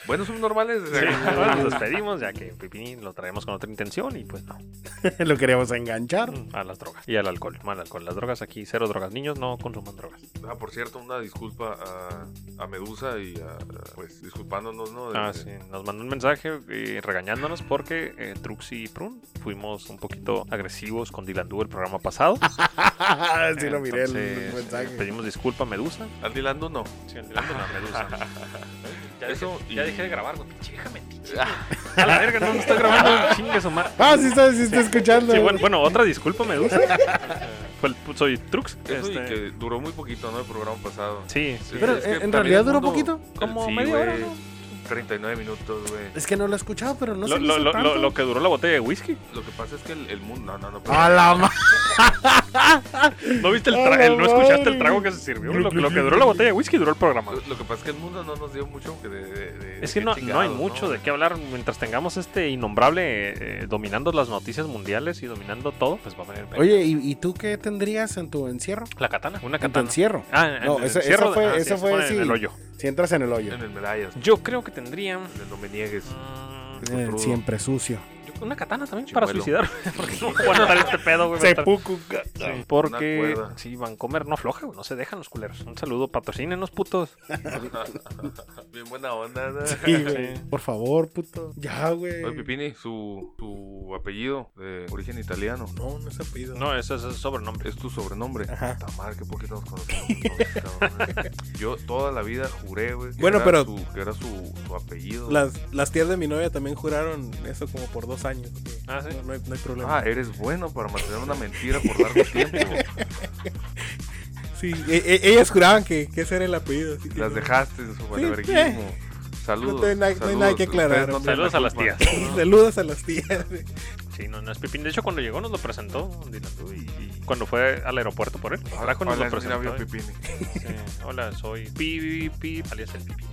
S4: Bueno, son normales. o sea,
S3: Sí, bueno, nos despedimos, ya que Pipini lo traemos con otra intención y pues no. Mm,
S6: Lo queríamos enganchar.
S3: A las drogas y al alcohol. Mal alcohol. Las drogas aquí, cero drogas. Niños no consuman drogas.
S4: Ah, por cierto, una disculpa a, a Medusa y a, a- pues disculpándonos, ¿no? De-
S3: Ah,
S4: de-
S3: sí. Nos mandó un mensaje eh, regañándonos porque eh, Trux y Prun fuimos un poquito agresivos con Dylan Du el programa pasado.
S6: Ah, sí, lo miré el- el
S3: Entonces, eh,
S6: mensaje.
S3: Pedimos disculpa a Medusa.
S4: Al Dilando no.
S3: Sí, el Dylan Du, no, Medusa. Ya,
S4: Eso
S3: dejé,
S4: y- Ah,
S3: ya dejé de grabar, güey. Pinche vieja mentira. A la verga, no, no está grabando. Chingue su madre.
S6: Ah, sí, está, sí está escuchando.
S3: Sí, bueno, bueno, otra disculpa, Medusa. Fue el- soy Trux.
S4: Eso y
S3: este,
S4: que duró muy poquito, ¿no? El programa pasado.
S3: Sí, sí.
S6: Pero,
S4: Es que
S6: ¿en
S4: también
S6: realidad
S4: el
S6: duró
S4: mundo-
S6: poquito?
S4: el-
S3: Como
S4: sí,
S3: media hora,
S4: güey.
S3: ¿no?
S4: 39 minutos, güey.
S6: Es que no lo he escuchado, pero no
S3: lo,
S6: se me
S3: lo-
S6: hizo
S3: lo-
S6: tanto.
S3: lo- lo que duró la botella de whisky.
S4: Lo que pasa es que el, el mundo. No, no, no.
S5: Ah,
S6: A la ma-
S3: ¿No viste el
S6: A
S3: tra-
S6: la
S3: el- no escuchaste el
S6: madre.
S3: trago que se sirvió? Lo, lo que duró la botella de whisky duró el programa.
S4: Lo, lo que pasa es que el mundo no nos dio mucho de, de- de-
S3: Es
S4: de
S3: que no,
S4: qué
S3: no hay
S4: chingados,
S3: mucho
S4: ¿no?
S3: de qué hablar mientras tengamos este innombrable eh, dominando las noticias mundiales y dominando todo, pues va a venir
S6: Oye, ¿y, y tú qué tendrías en tu encierro?
S3: la katana, una
S6: En tu
S3: katana.
S6: encierro.
S3: Ah,
S6: No,
S3: en el
S6: esa- esa
S3: encierro de-
S6: fue-
S3: ah, sí,
S6: esa
S3: se
S6: fue
S3: pone en
S6: sí.
S3: el hoyo.
S6: Si entras en el hoyo.
S4: En el medallas.
S3: Yo creo que tendría
S4: en el No me niegues.
S3: mm,
S6: Eh,
S4: Crudo.
S6: siempre sucio.
S3: yo- una katana también para
S4: Chimuelo.
S3: suicidar. Porque no puedo aguantar este pedo, güey. Estar- Sí,
S4: Una
S3: porque
S4: cuerda.
S3: si Vancomer no afloja, güey, no se dejan los culeros. Un saludo, patrocínenos, putos.
S4: Ah, Bien buena onda. ¿no?
S6: Sí, güey. Por favor, puto. Ya, güey.
S4: Oye, Pipini, su, su apellido de origen italiano.
S5: No, no se ha pedido.
S3: No, ese es el sobrenombre.
S4: Es tu sobrenombre.
S5: Ajá.
S4: Puta madre, qué poquito nos conocemos. todos, cabrones. Yo toda la vida juré, güey. que
S5: Bueno,
S4: era
S5: pero-
S4: Su, que era su, su apellido.
S5: Las, las tías de mi novia también juraron eso como por dos años.
S3: Ah, ¿sí? eh.
S5: no, no hay, no hay problema.
S4: Ah, eres bueno para mantener una mentira por largo tiempo.
S5: Sí, e- e- ellas juraban que, que ese era el apellido. así que
S4: Las
S5: no.
S4: dejaste en su verguismo. Saludos.
S5: No hay nada- no hay
S4: saludos.
S5: nada que
S4: Ustedes
S5: aclarar.
S4: no tienen
S3: Saludos
S4: la
S3: a las
S4: culpa.
S3: tías.
S5: Saludos a las tías. güey.
S3: Sí, no, no es Pipín. De hecho, cuando llegó nos lo presentó. Dylan, tú, y- y Cuando fue al aeropuerto por él.
S6: Ah,
S3: Rajo nos
S4: Hola,
S3: lo
S4: mira,
S3: presentó.
S4: bien,
S3: ¿eh?
S4: Pipini.
S3: Sí, Hola, soy Pi, Pi, alias el Pipín.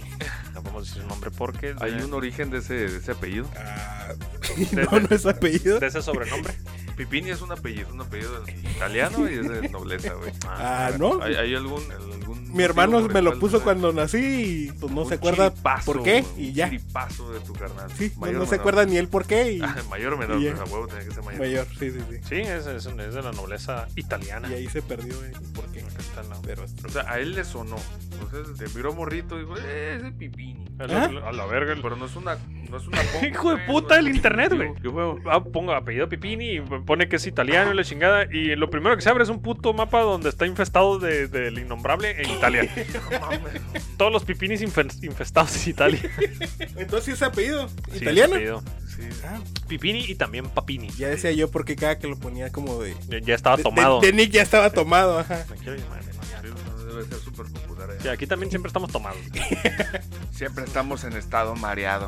S3: No podemos decir su nombre porque...
S4: Hay
S3: de-
S4: un origen de ese, de ese apellido.
S5: Ah,
S3: de-
S5: no, no es apellido.
S3: De ese sobrenombre.
S4: Pipini es un apellido, un apellido italiano y es de nobleza, güey.
S5: Ah, ¿no?
S4: ¿Hay, hay algún, algún
S5: Mi hermano
S4: motivo por
S5: me
S4: el
S5: lo
S4: cual,
S5: puso
S4: güey?
S5: cuando nací y pues, no
S4: Un
S5: se acuerda
S4: chiripazo,
S5: por qué
S4: güey,
S5: y
S4: un
S5: ya.
S4: chiripazo de tu carnal.
S5: Sí, no-
S4: Mayor
S5: no,
S4: o
S5: se
S4: menor.
S5: acuerda ni él por qué y
S3: Ah,
S4: Mayor o menor,
S5: Y ya.
S4: pues a huevo tenía que ser mayor.
S5: eh. mayor. Sí, sí, sí.
S3: Sí, es, es, es de la nobleza italiana.
S5: Y ahí se perdió. güey. ¿Por qué?
S3: Acá está al lado.
S5: Pero
S4: O sea, a él le sonó. Entonces te miró morrito y dijo, eh, ese Pipini.
S3: A
S5: ¿Ah?
S3: la- A la verga. el-
S4: Pero no es una. No es una
S3: Hijo de
S4: güey,
S3: puta
S4: no
S3: el
S4: es-
S3: internet, güey.
S4: ¿Qué juego?
S3: Ah, pongo apellido Pipini y pone que es italiano y la chingada. Y lo primero que se abre es un puto mapa donde está infestado de- del innombrable en Italia. Todos los Pipinis infe- infestados en Italia.
S5: Entonces, ¿sí es apellido?
S3: Sí,
S5: ¿Italiano?
S3: apellido.
S4: Sí.
S5: Ah,
S3: Pipini y también Papini.
S5: ya decía yo porque cada que lo ponía como de.
S3: Ya, ya estaba
S5: de-
S3: tomado.
S5: De, de Nick ya estaba tomado, ajá.
S3: Me quiero llamar, ¿no?
S4: Sí, no, Debe ser súper popular. allá.
S3: Sí, aquí también siempre estamos tomados.
S4: Siempre estamos en estado mareado.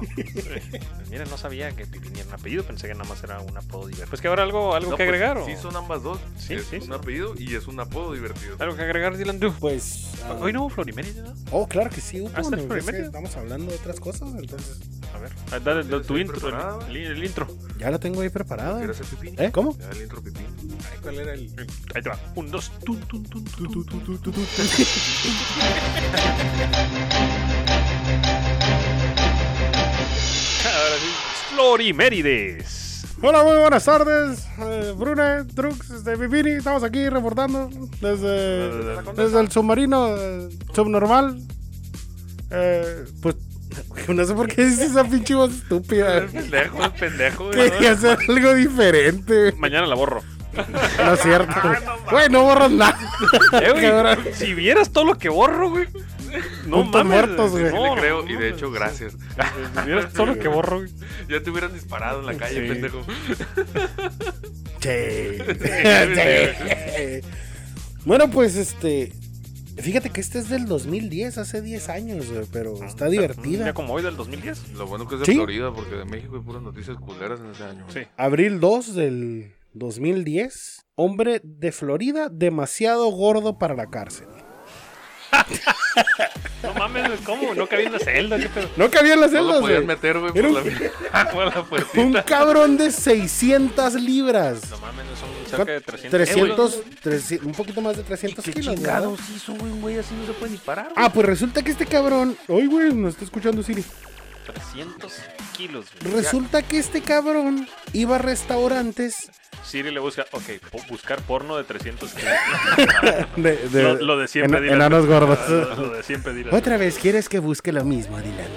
S3: Mira, no sabía que Pipini era un apellido, pensé que nada más era un apodo divertido. Pues que habrá algo, algo
S4: No,
S3: que
S4: pues,
S3: agregar. o-
S4: Sí, son ambas dos.
S3: Sí,
S4: es
S3: sí,
S4: un
S3: sí. Ah.
S4: apellido y es un apodo divertido.
S3: Algo que agregar, Dylan Du.
S6: Pues. ah,
S3: Hoy no hubo Florimeri, ¿no?
S6: Oh, claro que sí, hubo,
S3: Ah, ¿estás
S6: no, es que
S3: experimentando?
S6: Estamos hablando de otras cosas, entonces.
S3: A ver, ah, dale, dale tu
S4: Estoy
S3: intro,
S4: preparado,
S3: el, el intro.
S6: Ya la tengo ahí preparada.
S4: ¿Quieres hacer Pipini?
S6: ¿Eh? ¿Cómo?
S4: Ya, El intro Pipini.
S5: Ay, ¿Cuál era el.?
S3: Ahí te va. Un, dos, tun, tun, tun, tun, tun, tun. Ahora sí. Florimérides.
S6: Hola, muy buenas tardes. Eh, Brune, Drux,
S5: este,
S6: de Vivini, estamos aquí reportando desde, desde el submarino eh, subnormal. Eh, pues, no sé por qué dices esa pinche voz estúpida.
S3: Pendejo, es pendejo.
S6: Quería hacer algo diferente.
S3: Mañana la borro.
S6: No es cierto. Güey, no borras nada.
S3: Eh, güey,
S6: Cabrón.
S3: si vieras todo lo que borro, güey. No
S6: Puntos
S3: mames,
S6: muertos, güey.
S3: no,
S4: Le
S3: no,
S4: creo
S3: no,
S4: y de
S3: mames,
S4: hecho,
S3: sí.
S4: gracias.
S3: Si vieras todo lo que borro, güey.
S4: Ya te hubieran disparado en la calle,
S3: Sí.
S4: pendejo.
S6: Che. Che. Bueno, pues este. Fíjate que este es del 2010, hace 10 años, güey, pero está
S3: Ya
S6: divertida.
S3: como hoy del 2010.
S4: Lo bueno que es de
S6: ¿Sí?
S4: Florida, porque de México hay puras noticias culeras en ese año.
S3: Sí.
S6: Abril 2 del 2010. Hombre de Florida, demasiado gordo para la cárcel.
S3: No mames, ¿cómo? No cabía en la celda, qué pedo.
S6: No cabía en las
S4: No
S6: celdas,
S4: lo podías
S6: güey.
S4: meter, güey,
S6: Era
S4: por,
S6: un-
S4: la... por la puertita.
S6: Un cabrón de 600 libras.
S3: No mames, son cerca de 300. euros.
S4: Eh,
S6: 300, 300, un poquito más de 300 kilos, ¿verdad?
S4: hizo, güey, un güey? Así no se puede disparar,
S6: Ah, pues resulta que este cabrón. Ay, güey, nos está escuchando Siri.
S3: 300 kilos, güey.
S6: Resulta que este cabrón iba a restaurantes
S3: Siri le busca, ok, po- buscar porno de 300 kilos.
S6: de, de-
S3: lo, lo de siempre,
S6: en-
S3: Dylan.
S6: enanos
S3: Lo,
S6: gordos.
S3: lo de siempre, Dylan.
S6: Otra vez quieres que busque lo mismo, Dylan.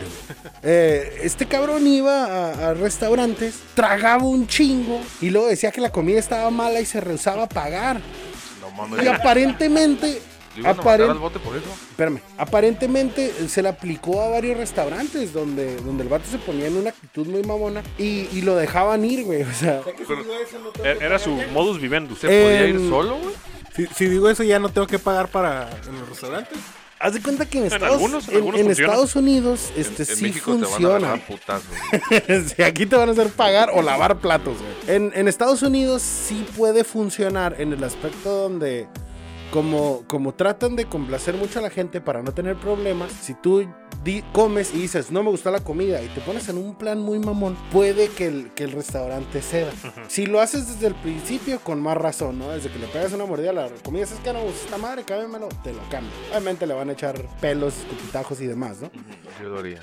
S6: Eh, este cabrón iba a, a restaurantes, tragaba un chingo y luego decía que la comida estaba mala y se rehusaba a pagar.
S4: No mames.
S6: Y aparentemente,
S4: ¿Le iban a mandar
S6: aparen-
S4: al bote por eso?
S6: espérame, aparentemente eh, se le aplicó a varios restaurantes donde, donde el vato se ponía en una actitud muy mamona y, y lo dejaban ir, güey. O sea,
S3: Era E, era su modus vivendi.
S4: ¿Se podía
S6: Em,
S4: ir solo, güey?
S5: Si, si digo eso, ya no tengo que pagar para en los restaurantes.
S6: Haz de cuenta que en Estados,
S3: algunos- en
S6: en-
S3: algunos
S6: en
S3: funciona.
S6: Estados Unidos
S4: En-
S6: este,
S4: en
S6: sí
S4: México te van a
S6: funciona.
S4: agarrar a putazos.
S6: Sí, aquí te van a hacer pagar o lavar platos, güey. En, en Estados Unidos sí puede funcionar en el aspecto donde como, como tratan de complacer mucho a la gente para no tener problemas, si tú di- comes y dices, no me gustó la comida, y te pones en un plan muy mamón, puede que el, que el restaurante ceda. Si lo haces desde el principio, con más razón, ¿no? Desde que le pegas una mordida a la comida, es que no, pues, esta madre, cámbiamelo, te lo cambio. Obviamente le van a echar pelos, escupitajos y demás, ¿no?
S4: Yo lo haría.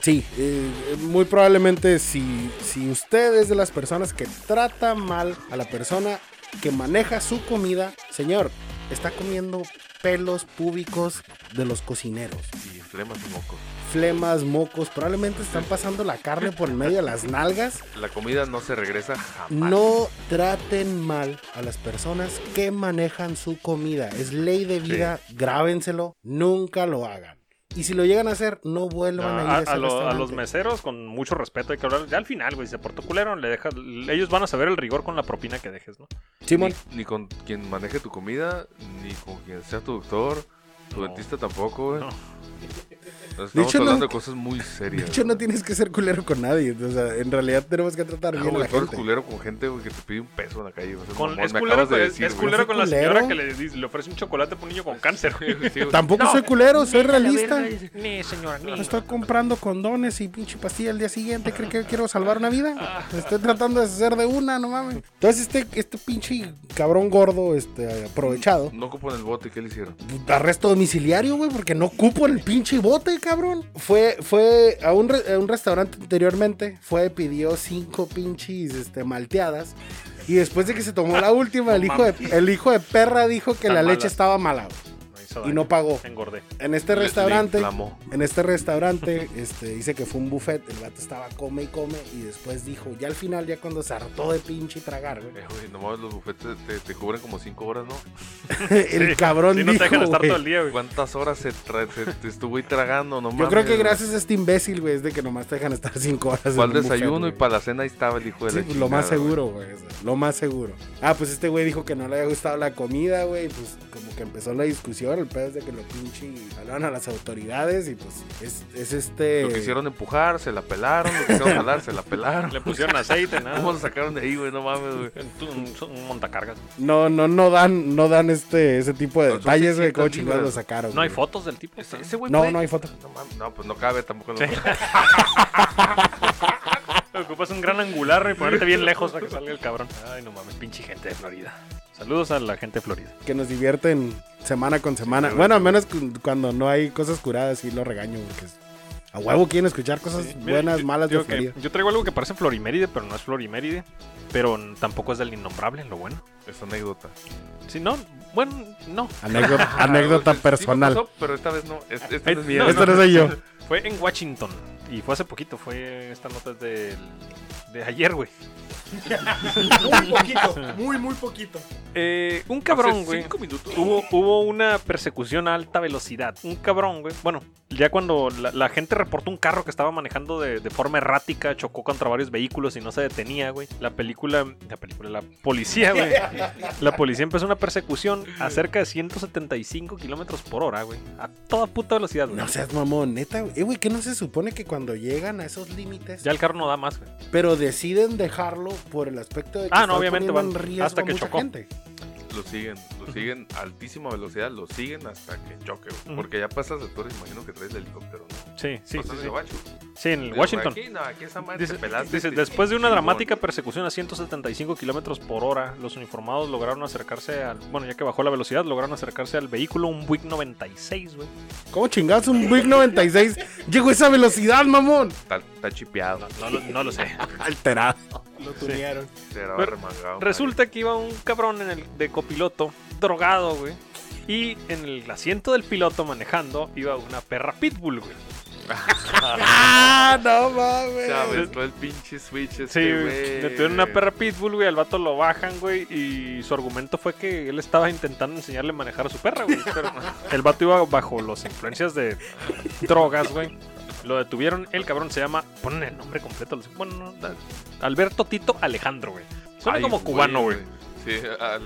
S6: Sí, eh, muy probablemente si, si usted es de las personas que trata mal a la persona que maneja su comida, señor, está comiendo pelos públicos de los cocineros.
S4: Y inflama tu moco.
S6: Flemas, mocos, probablemente están pasando la carne por en medio de las nalgas.
S4: La comida no se regresa jamás.
S6: No traten mal a las personas que manejan su comida. Es ley de vida, grábenselo, nunca lo hagan. Y si lo llegan a hacer, no vuelvan a ir
S3: a,
S6: a,
S3: Ah, a lo-
S6: ese
S3: a los
S6: restaurante.
S3: meseros, con mucho respeto, hay que hablar. Ya al final, güey, si se portó culero, le dejas, ellos van a saber el rigor con la propina que dejes, ¿no?
S6: Simón.
S4: Ni, ni con quien maneje tu comida, ni con quien sea tu doctor, tu
S3: No.
S4: dentista tampoco, güey.
S3: No.
S4: Estamos
S6: De hecho,
S4: hablando
S6: no-
S4: de cosas muy serias.
S6: De hecho, no tienes que ser culero con nadie. O sea, en realidad tenemos que tratar
S4: Ah,
S6: bien a
S4: güey,
S6: la
S4: tú eres
S6: gente.
S4: culero con gente güey, que te pide un peso en la calle. güey. O sea,
S3: Con-
S4: mamón,
S3: es
S4: me
S3: culero,
S4: acabas de
S3: con-
S4: decir,
S3: es
S4: güey.
S3: culero
S6: ¿Soy
S3: con la
S6: culero?
S3: señora que le, dice- le ofrece un chocolate a un niño con cáncer. güey.
S4: Sí, güey.
S6: Tampoco soy culero, soy realista.
S3: Ni, señora, ni.
S6: No estoy comprando condones y pinche pastilla el día siguiente. ¿Creen que quiero salvar una
S3: Ah.
S6: vida? Me Estoy tratando de hacer de una, no mames. Entonces, este, este pinche cabrón gordo, este, aprovechado.
S4: No ocupo en el bote, ¿qué le hicieron?
S6: arresto domiciliario, güey, porque no cupo en el pinche bote, cabrón. Fue, fue a un, re- a un restaurante anteriormente, fue, pidió cinco pinches este, malteadas. Y después de que se tomó la última, el, hijo de, el hijo de perra dijo que
S3: Tan
S6: la
S3: mala.
S6: leche estaba mala. güey.
S3: No hizo
S6: Y
S3: daño.
S6: no pagó.
S3: Engordé.
S6: En este
S4: Le- le
S6: restaurante,
S4: inflamó.
S6: en este restaurante, este, dice que fue un buffet. El vato estaba come y come. Y después dijo, ya al final, ya cuando se hartó de pinche tragar, güey.
S4: Eh, güey, nomás los bufetes te, te cubren como 5 horas, ¿no?
S6: El cabrón
S3: Sí, no te
S6: dijo,
S3: dejan estar
S6: güey,
S3: todo el día, güey.
S4: ¿Cuántas horas se, tra- se- te estuvo ahí tragando? No
S6: Yo
S4: mames,
S6: creo que
S4: güey.
S6: gracias a este imbécil, güey, es de que nomás te dejan estar cinco horas. en
S4: Fue al
S6: un buffet,
S4: desayuno y
S6: güey.
S4: para la cena ahí estaba el hijo de
S6: Sí,
S4: la
S6: pues lo más
S4: chingada, güey.
S6: seguro, güey. o sea, Lo más seguro. Ah, pues este güey dijo que no le había gustado la comida, güey. Pues como que empezó la discusión. El pedo es de que lo pinche y hablaron a las autoridades. Y pues es, es este.
S4: Lo quisieron empujar, se la pelaron, lo quisieron jalar, se la pelaron.
S3: Le pusieron aceite, nada.
S4: ¿Cómo lo sacaron de ahí, güey? No mames, güey.
S3: Un, un- un montacargas.
S6: No, no, no dan, no dan este, ese tipo de
S4: Son
S6: detalles, güey.
S4: 600
S6: Cómo chingados lo
S4: libras.
S6: sacaron.
S3: No hay
S6: güey.
S3: fotos del tipo.
S4: Ese,
S3: ¿no?
S4: ese güey
S6: No,
S4: puede-
S6: no hay foto.
S4: No mames, no, pues no cabe tampoco. en los-
S3: Ocupas un gran angular y ponerte bien lejos para que salga el cabrón. Ay, no mames, pinche gente de Florida. Saludos a la gente de Florida.
S6: Que nos divierten semana con semana. bueno, al menos cu- cuando no hay cosas curadas, y lo regaño, porque es- a huevo quieren escuchar cosas
S3: Mira,
S6: Pues, buenas,
S3: yo-
S6: malas de
S3: digo que
S6: Florida.
S3: Yo traigo algo que parece Floriméride, pero no es Floriméride. Pero n- tampoco es del innombrable, lo bueno.
S4: Es anécdota.
S3: Si no, bueno, no.
S6: Anécdota, anécdota
S4: Ah, Sí me
S6: personal.
S4: pasó, pero esta vez no. Es, esta
S3: Ay,
S4: no es mía.
S3: no,
S6: Esto no soy yo.
S3: Fue en Washington. Y fue hace poquito, fue esta nota es del, de ayer, güey.
S5: Muy poquito, muy, muy poquito.
S3: Eh, un cabrón,
S4: Hace
S3: güey.
S4: cinco minutos.
S3: Hubo, hubo una persecución a alta velocidad. Un cabrón, güey. Bueno, ya cuando la, la gente reportó un carro que estaba manejando de, de forma errática, chocó contra varios vehículos y no se detenía, güey. La película, la película, la policía, güey. La policía empezó una persecución a cerca de 175 kilómetros por hora, güey. A toda puta velocidad, güey.
S6: No seas mamón, neta, güey. Eh, güey, que no se supone que cuando llegan a esos límites,
S3: Ya el carro no da más, güey.
S6: pero deciden dejarlo por el aspecto de que
S3: Ah, no,
S6: están
S3: obviamente
S6: poniendo
S3: van
S6: en riesgo
S3: hasta
S6: a
S3: que
S6: mucha
S3: chocó.
S6: gente.
S4: Lo siguen, lo siguen a altísima velocidad, lo siguen hasta que choque, güey.
S3: Ujú.
S4: Porque ya pasas de torre, imagino que traes el helicóptero, Pues ¿no?
S3: Sí, sí, sí.
S4: Pasas de
S3: Sí,
S4: gabacho.
S3: Sí, en el
S4: Digo,
S3: Washington.
S4: Aquí, no, aquí esa madre
S3: Dice,
S4: te pelaste.
S3: dice,
S4: te-
S3: después de una
S4: chingón".
S3: dramática persecución a 175 kilómetros por hora, los uniformados lograron acercarse al. Bueno, ya que bajó la velocidad, lograron acercarse al vehículo, un Buick 96, güey.
S6: ¿Cómo chingados un Buick 96 llegó a esa velocidad, mamón?
S4: Está, está chipeado.
S3: No, lo- no lo sé.
S6: Alterado.
S5: Lo tunearon.
S4: Será
S3: Pero
S4: remangado.
S3: Resulta que iba un cabrón en el de copiloto, drogado, güey. Y en el asiento del piloto manejando iba una perra pitbull, güey.
S6: ¡Ah, no
S4: Se
S6: mames!
S4: aventó el pinche switch
S3: Sí,
S4: este,
S3: le
S4: güey.
S3: metieron una perra pitbull, güey, al vato lo bajan, güey, y su argumento fue que él estaba intentando enseñarle a manejar a su perra, güey. pero el vato iba bajo las influencias de drogas, güey. Lo detuvieron, el cabrón se llama, ponen el nombre completo, los- bueno, no, da- Alberto Tito Alejandro, güey. Suena
S4: Ay,
S3: como cubano, güey.
S4: Sí, al-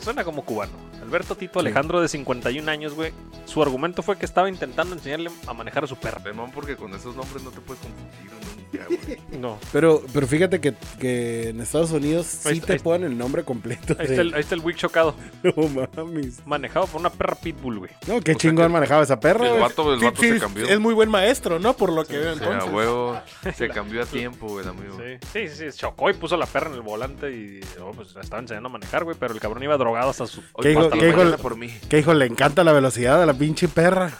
S3: Suena como cubano. Alberto Tito Alejandro de 51 años, güey, Su argumento fue que estaba intentando enseñarle a manejar a su perro.
S4: Demón, porque con esos nombres no te puedes confundir nunca, güey.
S3: No.
S6: Pero, pero fíjate que, que en Estados Unidos
S3: Ahí
S6: sí
S3: está-
S6: te
S3: ahí-
S6: ponen el nombre completo.
S3: Ahí
S6: de-
S3: está el, ahí está el Wick chocado.
S6: No mames.
S3: Manejado por una perra pitbull, güey.
S6: No, qué chingón manejaba esa perra.
S4: El
S6: güey.
S4: vato, el
S5: Sí,
S4: vato
S5: sí,
S4: se cambió.
S5: es muy buen maestro, ¿no? Por lo que veo
S4: O sea,
S5: entonces.
S4: huevo, se cambió a tiempo, güey, el amigo.
S3: Sí, sí, sí, sí, chocó y puso la perra en el volante y oh, pues la estaba enseñando a manejar, güey, pero el cabrón iba drogado hasta su...
S4: Hoy
S6: ¿Qué dijo-
S4: pasa la
S6: qué dijo el-
S4: mañana por mí.
S6: Que hijo, le encanta la velocidad a la pinche perra.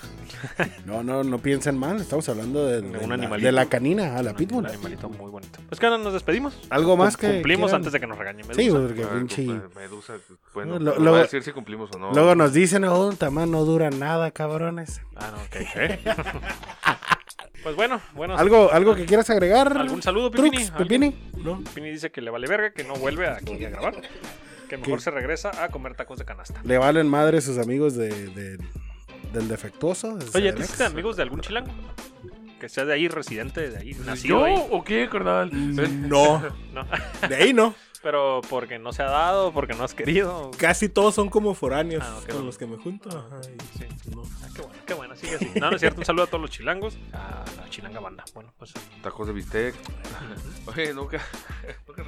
S6: No, no, no piensen mal. Estamos hablando de,
S3: De
S6: de
S3: un
S6: la,
S3: animalito.
S6: de la canina, a la
S3: Un
S6: pitbull.
S3: animalito muy bonito. Pues que ahora nos despedimos.
S6: Algo más
S3: Cum-
S6: que.
S3: Cumplimos
S6: quieran?
S3: antes de que nos regañen.
S6: Sí,
S3: Medusa.
S6: porque
S4: A ver,
S6: pinche-
S4: compa, Medusa, bueno,
S6: No,
S4: no,
S6: lo-
S4: voy a
S6: luego-
S4: decir si cumplimos o no.
S6: Luego nos dicen, oh, tamás no dura nada, cabrones.
S3: Ah, no, ok. ok. pues bueno, bueno.
S6: ¿Algo, algo que quieras agregar?
S3: ¿Algún saludo,
S6: Trux,
S3: Pipini? ¿Algo?
S6: Pipini? ¿No?
S3: Pini dice que le vale verga, que no vuelve aquí a grabar. Que mejor
S6: ¿Qué?
S3: se regresa a comer tacos de canasta.
S6: Le valen madre sus amigos de, de- del defectuoso.
S3: Oye,
S6: de
S3: ¿tú
S6: Cedemex.
S3: hiciste amigos de algún chilango? Que sea de ahí, residente de ahí, nacido
S4: ¿Yo
S3: ahí.
S4: o qué, carnal?
S6: Mm,
S5: No,
S3: No,
S5: de ahí no.
S3: pero porque no se ha dado, porque no has querido.
S5: Casi todos son como foráneos
S3: Ah, ok,
S5: con
S3: bueno.
S5: los que me junto. Ajá, y-
S3: Sí.
S5: no.
S3: Ah, qué bueno, qué bueno, sigue así. No, no es cierto, un saludo a todos los chilangos. A la chilanga banda. Bueno, pues.
S4: Tacos de bistec. Oye, nunca, nunca,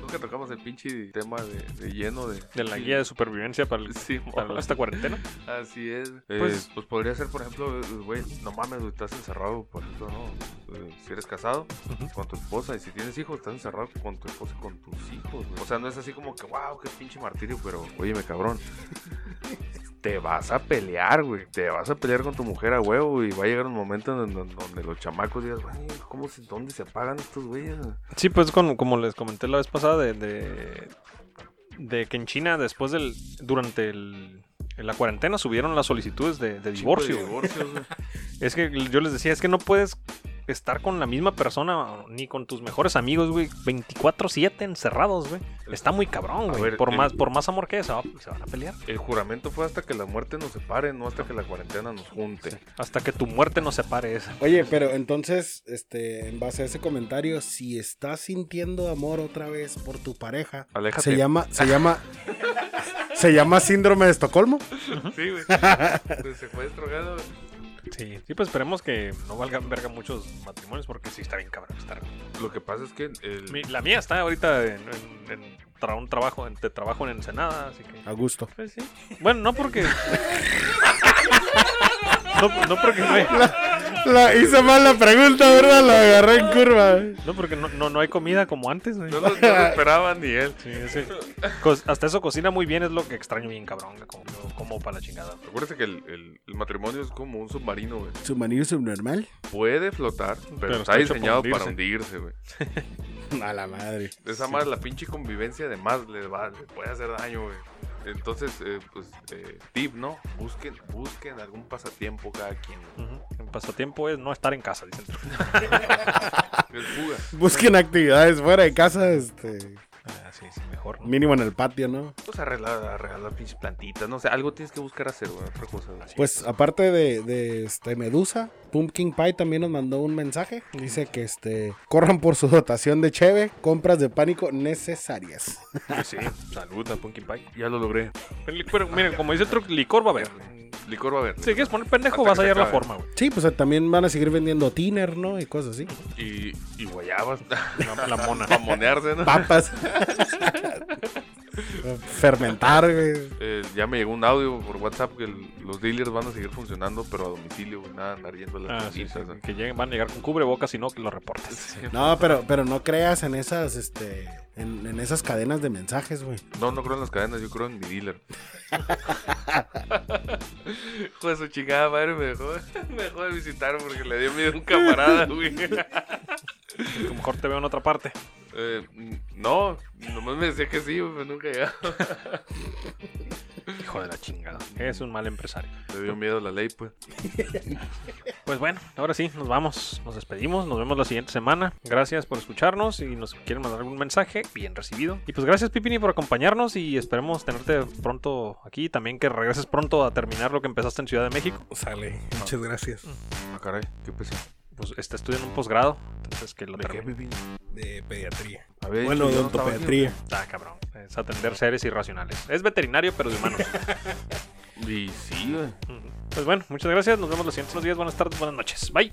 S4: nunca tocamos el pinche tema de, de lleno de...
S3: De la guía de supervivencia para, el-
S4: Sí,
S3: para esta cuarentena.
S4: Así es. Eh,
S3: Pues-
S4: Pues, podría ser, por ejemplo, eh, güey, no mames, güey, estás encerrado, por eso no. Eh, si eres casado,
S3: Ujú.
S4: con tu esposa, y si tienes hijos, estás encerrado con tu esposa y con tus hijos, güey. O sea, no es así como que, wow, qué pinche martirio, pero, óyeme, cabrón. Te vas a pelear, güey. Te vas a pelear con tu mujer a huevo güey, y va a llegar un momento en donde, donde los chamacos digas, güey, ¿cómo se, ¿dónde se pagan estos güeyes?
S3: Sí, pues con- como les comenté la vez pasada de, de, de que en China después del durante el- la cuarentena subieron las solicitudes de, de divorcio.
S4: Tipo de divorcios, güey.
S3: Es que yo les decía, es que no puedes estar con la misma persona ni con tus mejores amigos, güey, 24/7 encerrados, güey. Está muy cabrón,
S4: A
S3: güey.
S4: ver,
S3: Por
S4: el-
S3: más por más amor que haya, se, va- se van a pelear.
S4: El juramento fue hasta que la muerte nos separe, no hasta que la cuarentena nos junte.
S3: Hasta que tu muerte nos separe esa.
S6: Oye, pero entonces, este, en base a ese comentario, si estás sintiendo amor otra vez por tu pareja,
S4: Aléjate.
S6: se llama, se llama, se llama síndrome de Estocolmo.
S4: Sí, güey. Pues se fue drogado.
S3: Sí, sí, pues esperemos que no valgan verga muchos matrimonios porque sí está bien cabrón estar
S4: Lo que pasa es que el-
S3: Mi- la mía está ahorita en, en- en tra- un trabajo, en, de trabajo en Ensenada, así que.
S6: A gusto.
S3: Pues sí. Bueno, no porque. No, no porque no hay,
S6: La, hice mal la pregunta, ¿verdad? La agarré en curva.
S3: no, porque no, no, no hay comida como antes, güey.
S4: no, lo, no lo esperaba ni él.
S3: Sí, sí. Co- hasta eso cocina muy bien, es lo que extraño bien cabrón, que como, como para la chingada.
S4: Recuerda que el, el- el matrimonio es como un submarino, güey.
S6: Su manillo subnormal.
S4: Puede flotar, pero,
S3: Pero
S4: está
S3: está hecho
S4: diseñado
S3: para
S4: para hundirse, güey.
S6: A la madre.
S4: Esa más la pinche convivencia de más le, va, le puede hacer daño, güey. Entonces, eh, pues, eh, tip, ¿no? Busquen, busquen algún pasatiempo cada quien. güey.
S3: Ujú. El pasatiempo es no estar en casa, dicen.
S4: Es fuga.
S6: Busquen actividades fuera de casa, este,
S3: Ah, sí, sí, mejor. ¿no?
S6: mínimo en el patio, ¿no?
S4: Pues arreglar, arreglar pinches plantitas, no sé, algo tienes que buscar hacer, güey. Otra cosa, güey.
S6: Pues aparte de, de, este Medusa, Pumpkin Pie también nos mandó un mensaje. Dice que este corran por su dotación de cheve, compras de pánico necesarias.
S4: Pues
S3: Sí, salud a Pumpkin Pie.
S4: Ya lo logré.
S3: Pero miren, como dice el truco, licor va a haber.
S4: Licor va a haber.
S3: Si quieres poner pendejo,
S4: Hasta
S3: vas a
S4: que se
S3: hallar la
S4: acabe.
S3: forma, güey.
S6: Sí, pues también van a seguir vendiendo tiner, ¿no? Y cosas así.
S4: Y, y guayabas.
S3: La, la mona.
S4: Para monearse, ¿no?
S6: Papas. Fermentar, güey.
S4: Eh, ya me llegó un audio por WhatsApp que el- los dealers van a seguir funcionando, pero a domicilio, güey, nada, andar yendo a las
S3: Ah, sí, sí,
S4: tienditas, ¿no?
S3: que lleguen, van a llegar con cubrebocas, y no que lo reportes.
S6: No, pero, pero no creas en esas, este, en, en esas cadenas de mensajes, güey.
S4: No, no creo en las cadenas, yo creo en mi dealer. Hijo de su chingada madre, me dejó, me dejó de visitar porque le dio miedo a un camarada, güey.
S3: A lo mejor te veo en otra parte.
S4: Eh, no, nomás me decía que sí, güey, pero nunca llegaba.
S3: Hijo de la chingada. Es un mal empresario.
S4: Le dio miedo a la ley, pues.
S3: Pues bueno, ahora sí, nos vamos. Nos despedimos. Nos vemos la siguiente semana. Gracias por escucharnos. Y nos quieren mandar algún mensaje, bien recibido. Y pues gracias, Pipini, por acompañarnos. Y esperemos tenerte pronto aquí. También que regreses pronto a terminar lo que empezaste en Ciudad de México.
S5: Sale, muchas gracias.
S4: Ah, caray, qué pesado.
S3: Pues está estudiando un posgrado. Entonces que lo termine.
S5: De pediatría.
S4: Había
S5: bueno,
S4: dicho, yo no estaba
S5: odontopediatría.
S3: Ah, cabrón. Es atender seres irracionales. Es veterinario, pero de humanos.
S4: aquí. Y sí, güey.
S3: Ujú. Pues bueno, muchas gracias. Nos vemos los siguientes días. Buenas tardes, buenas noches. Bye.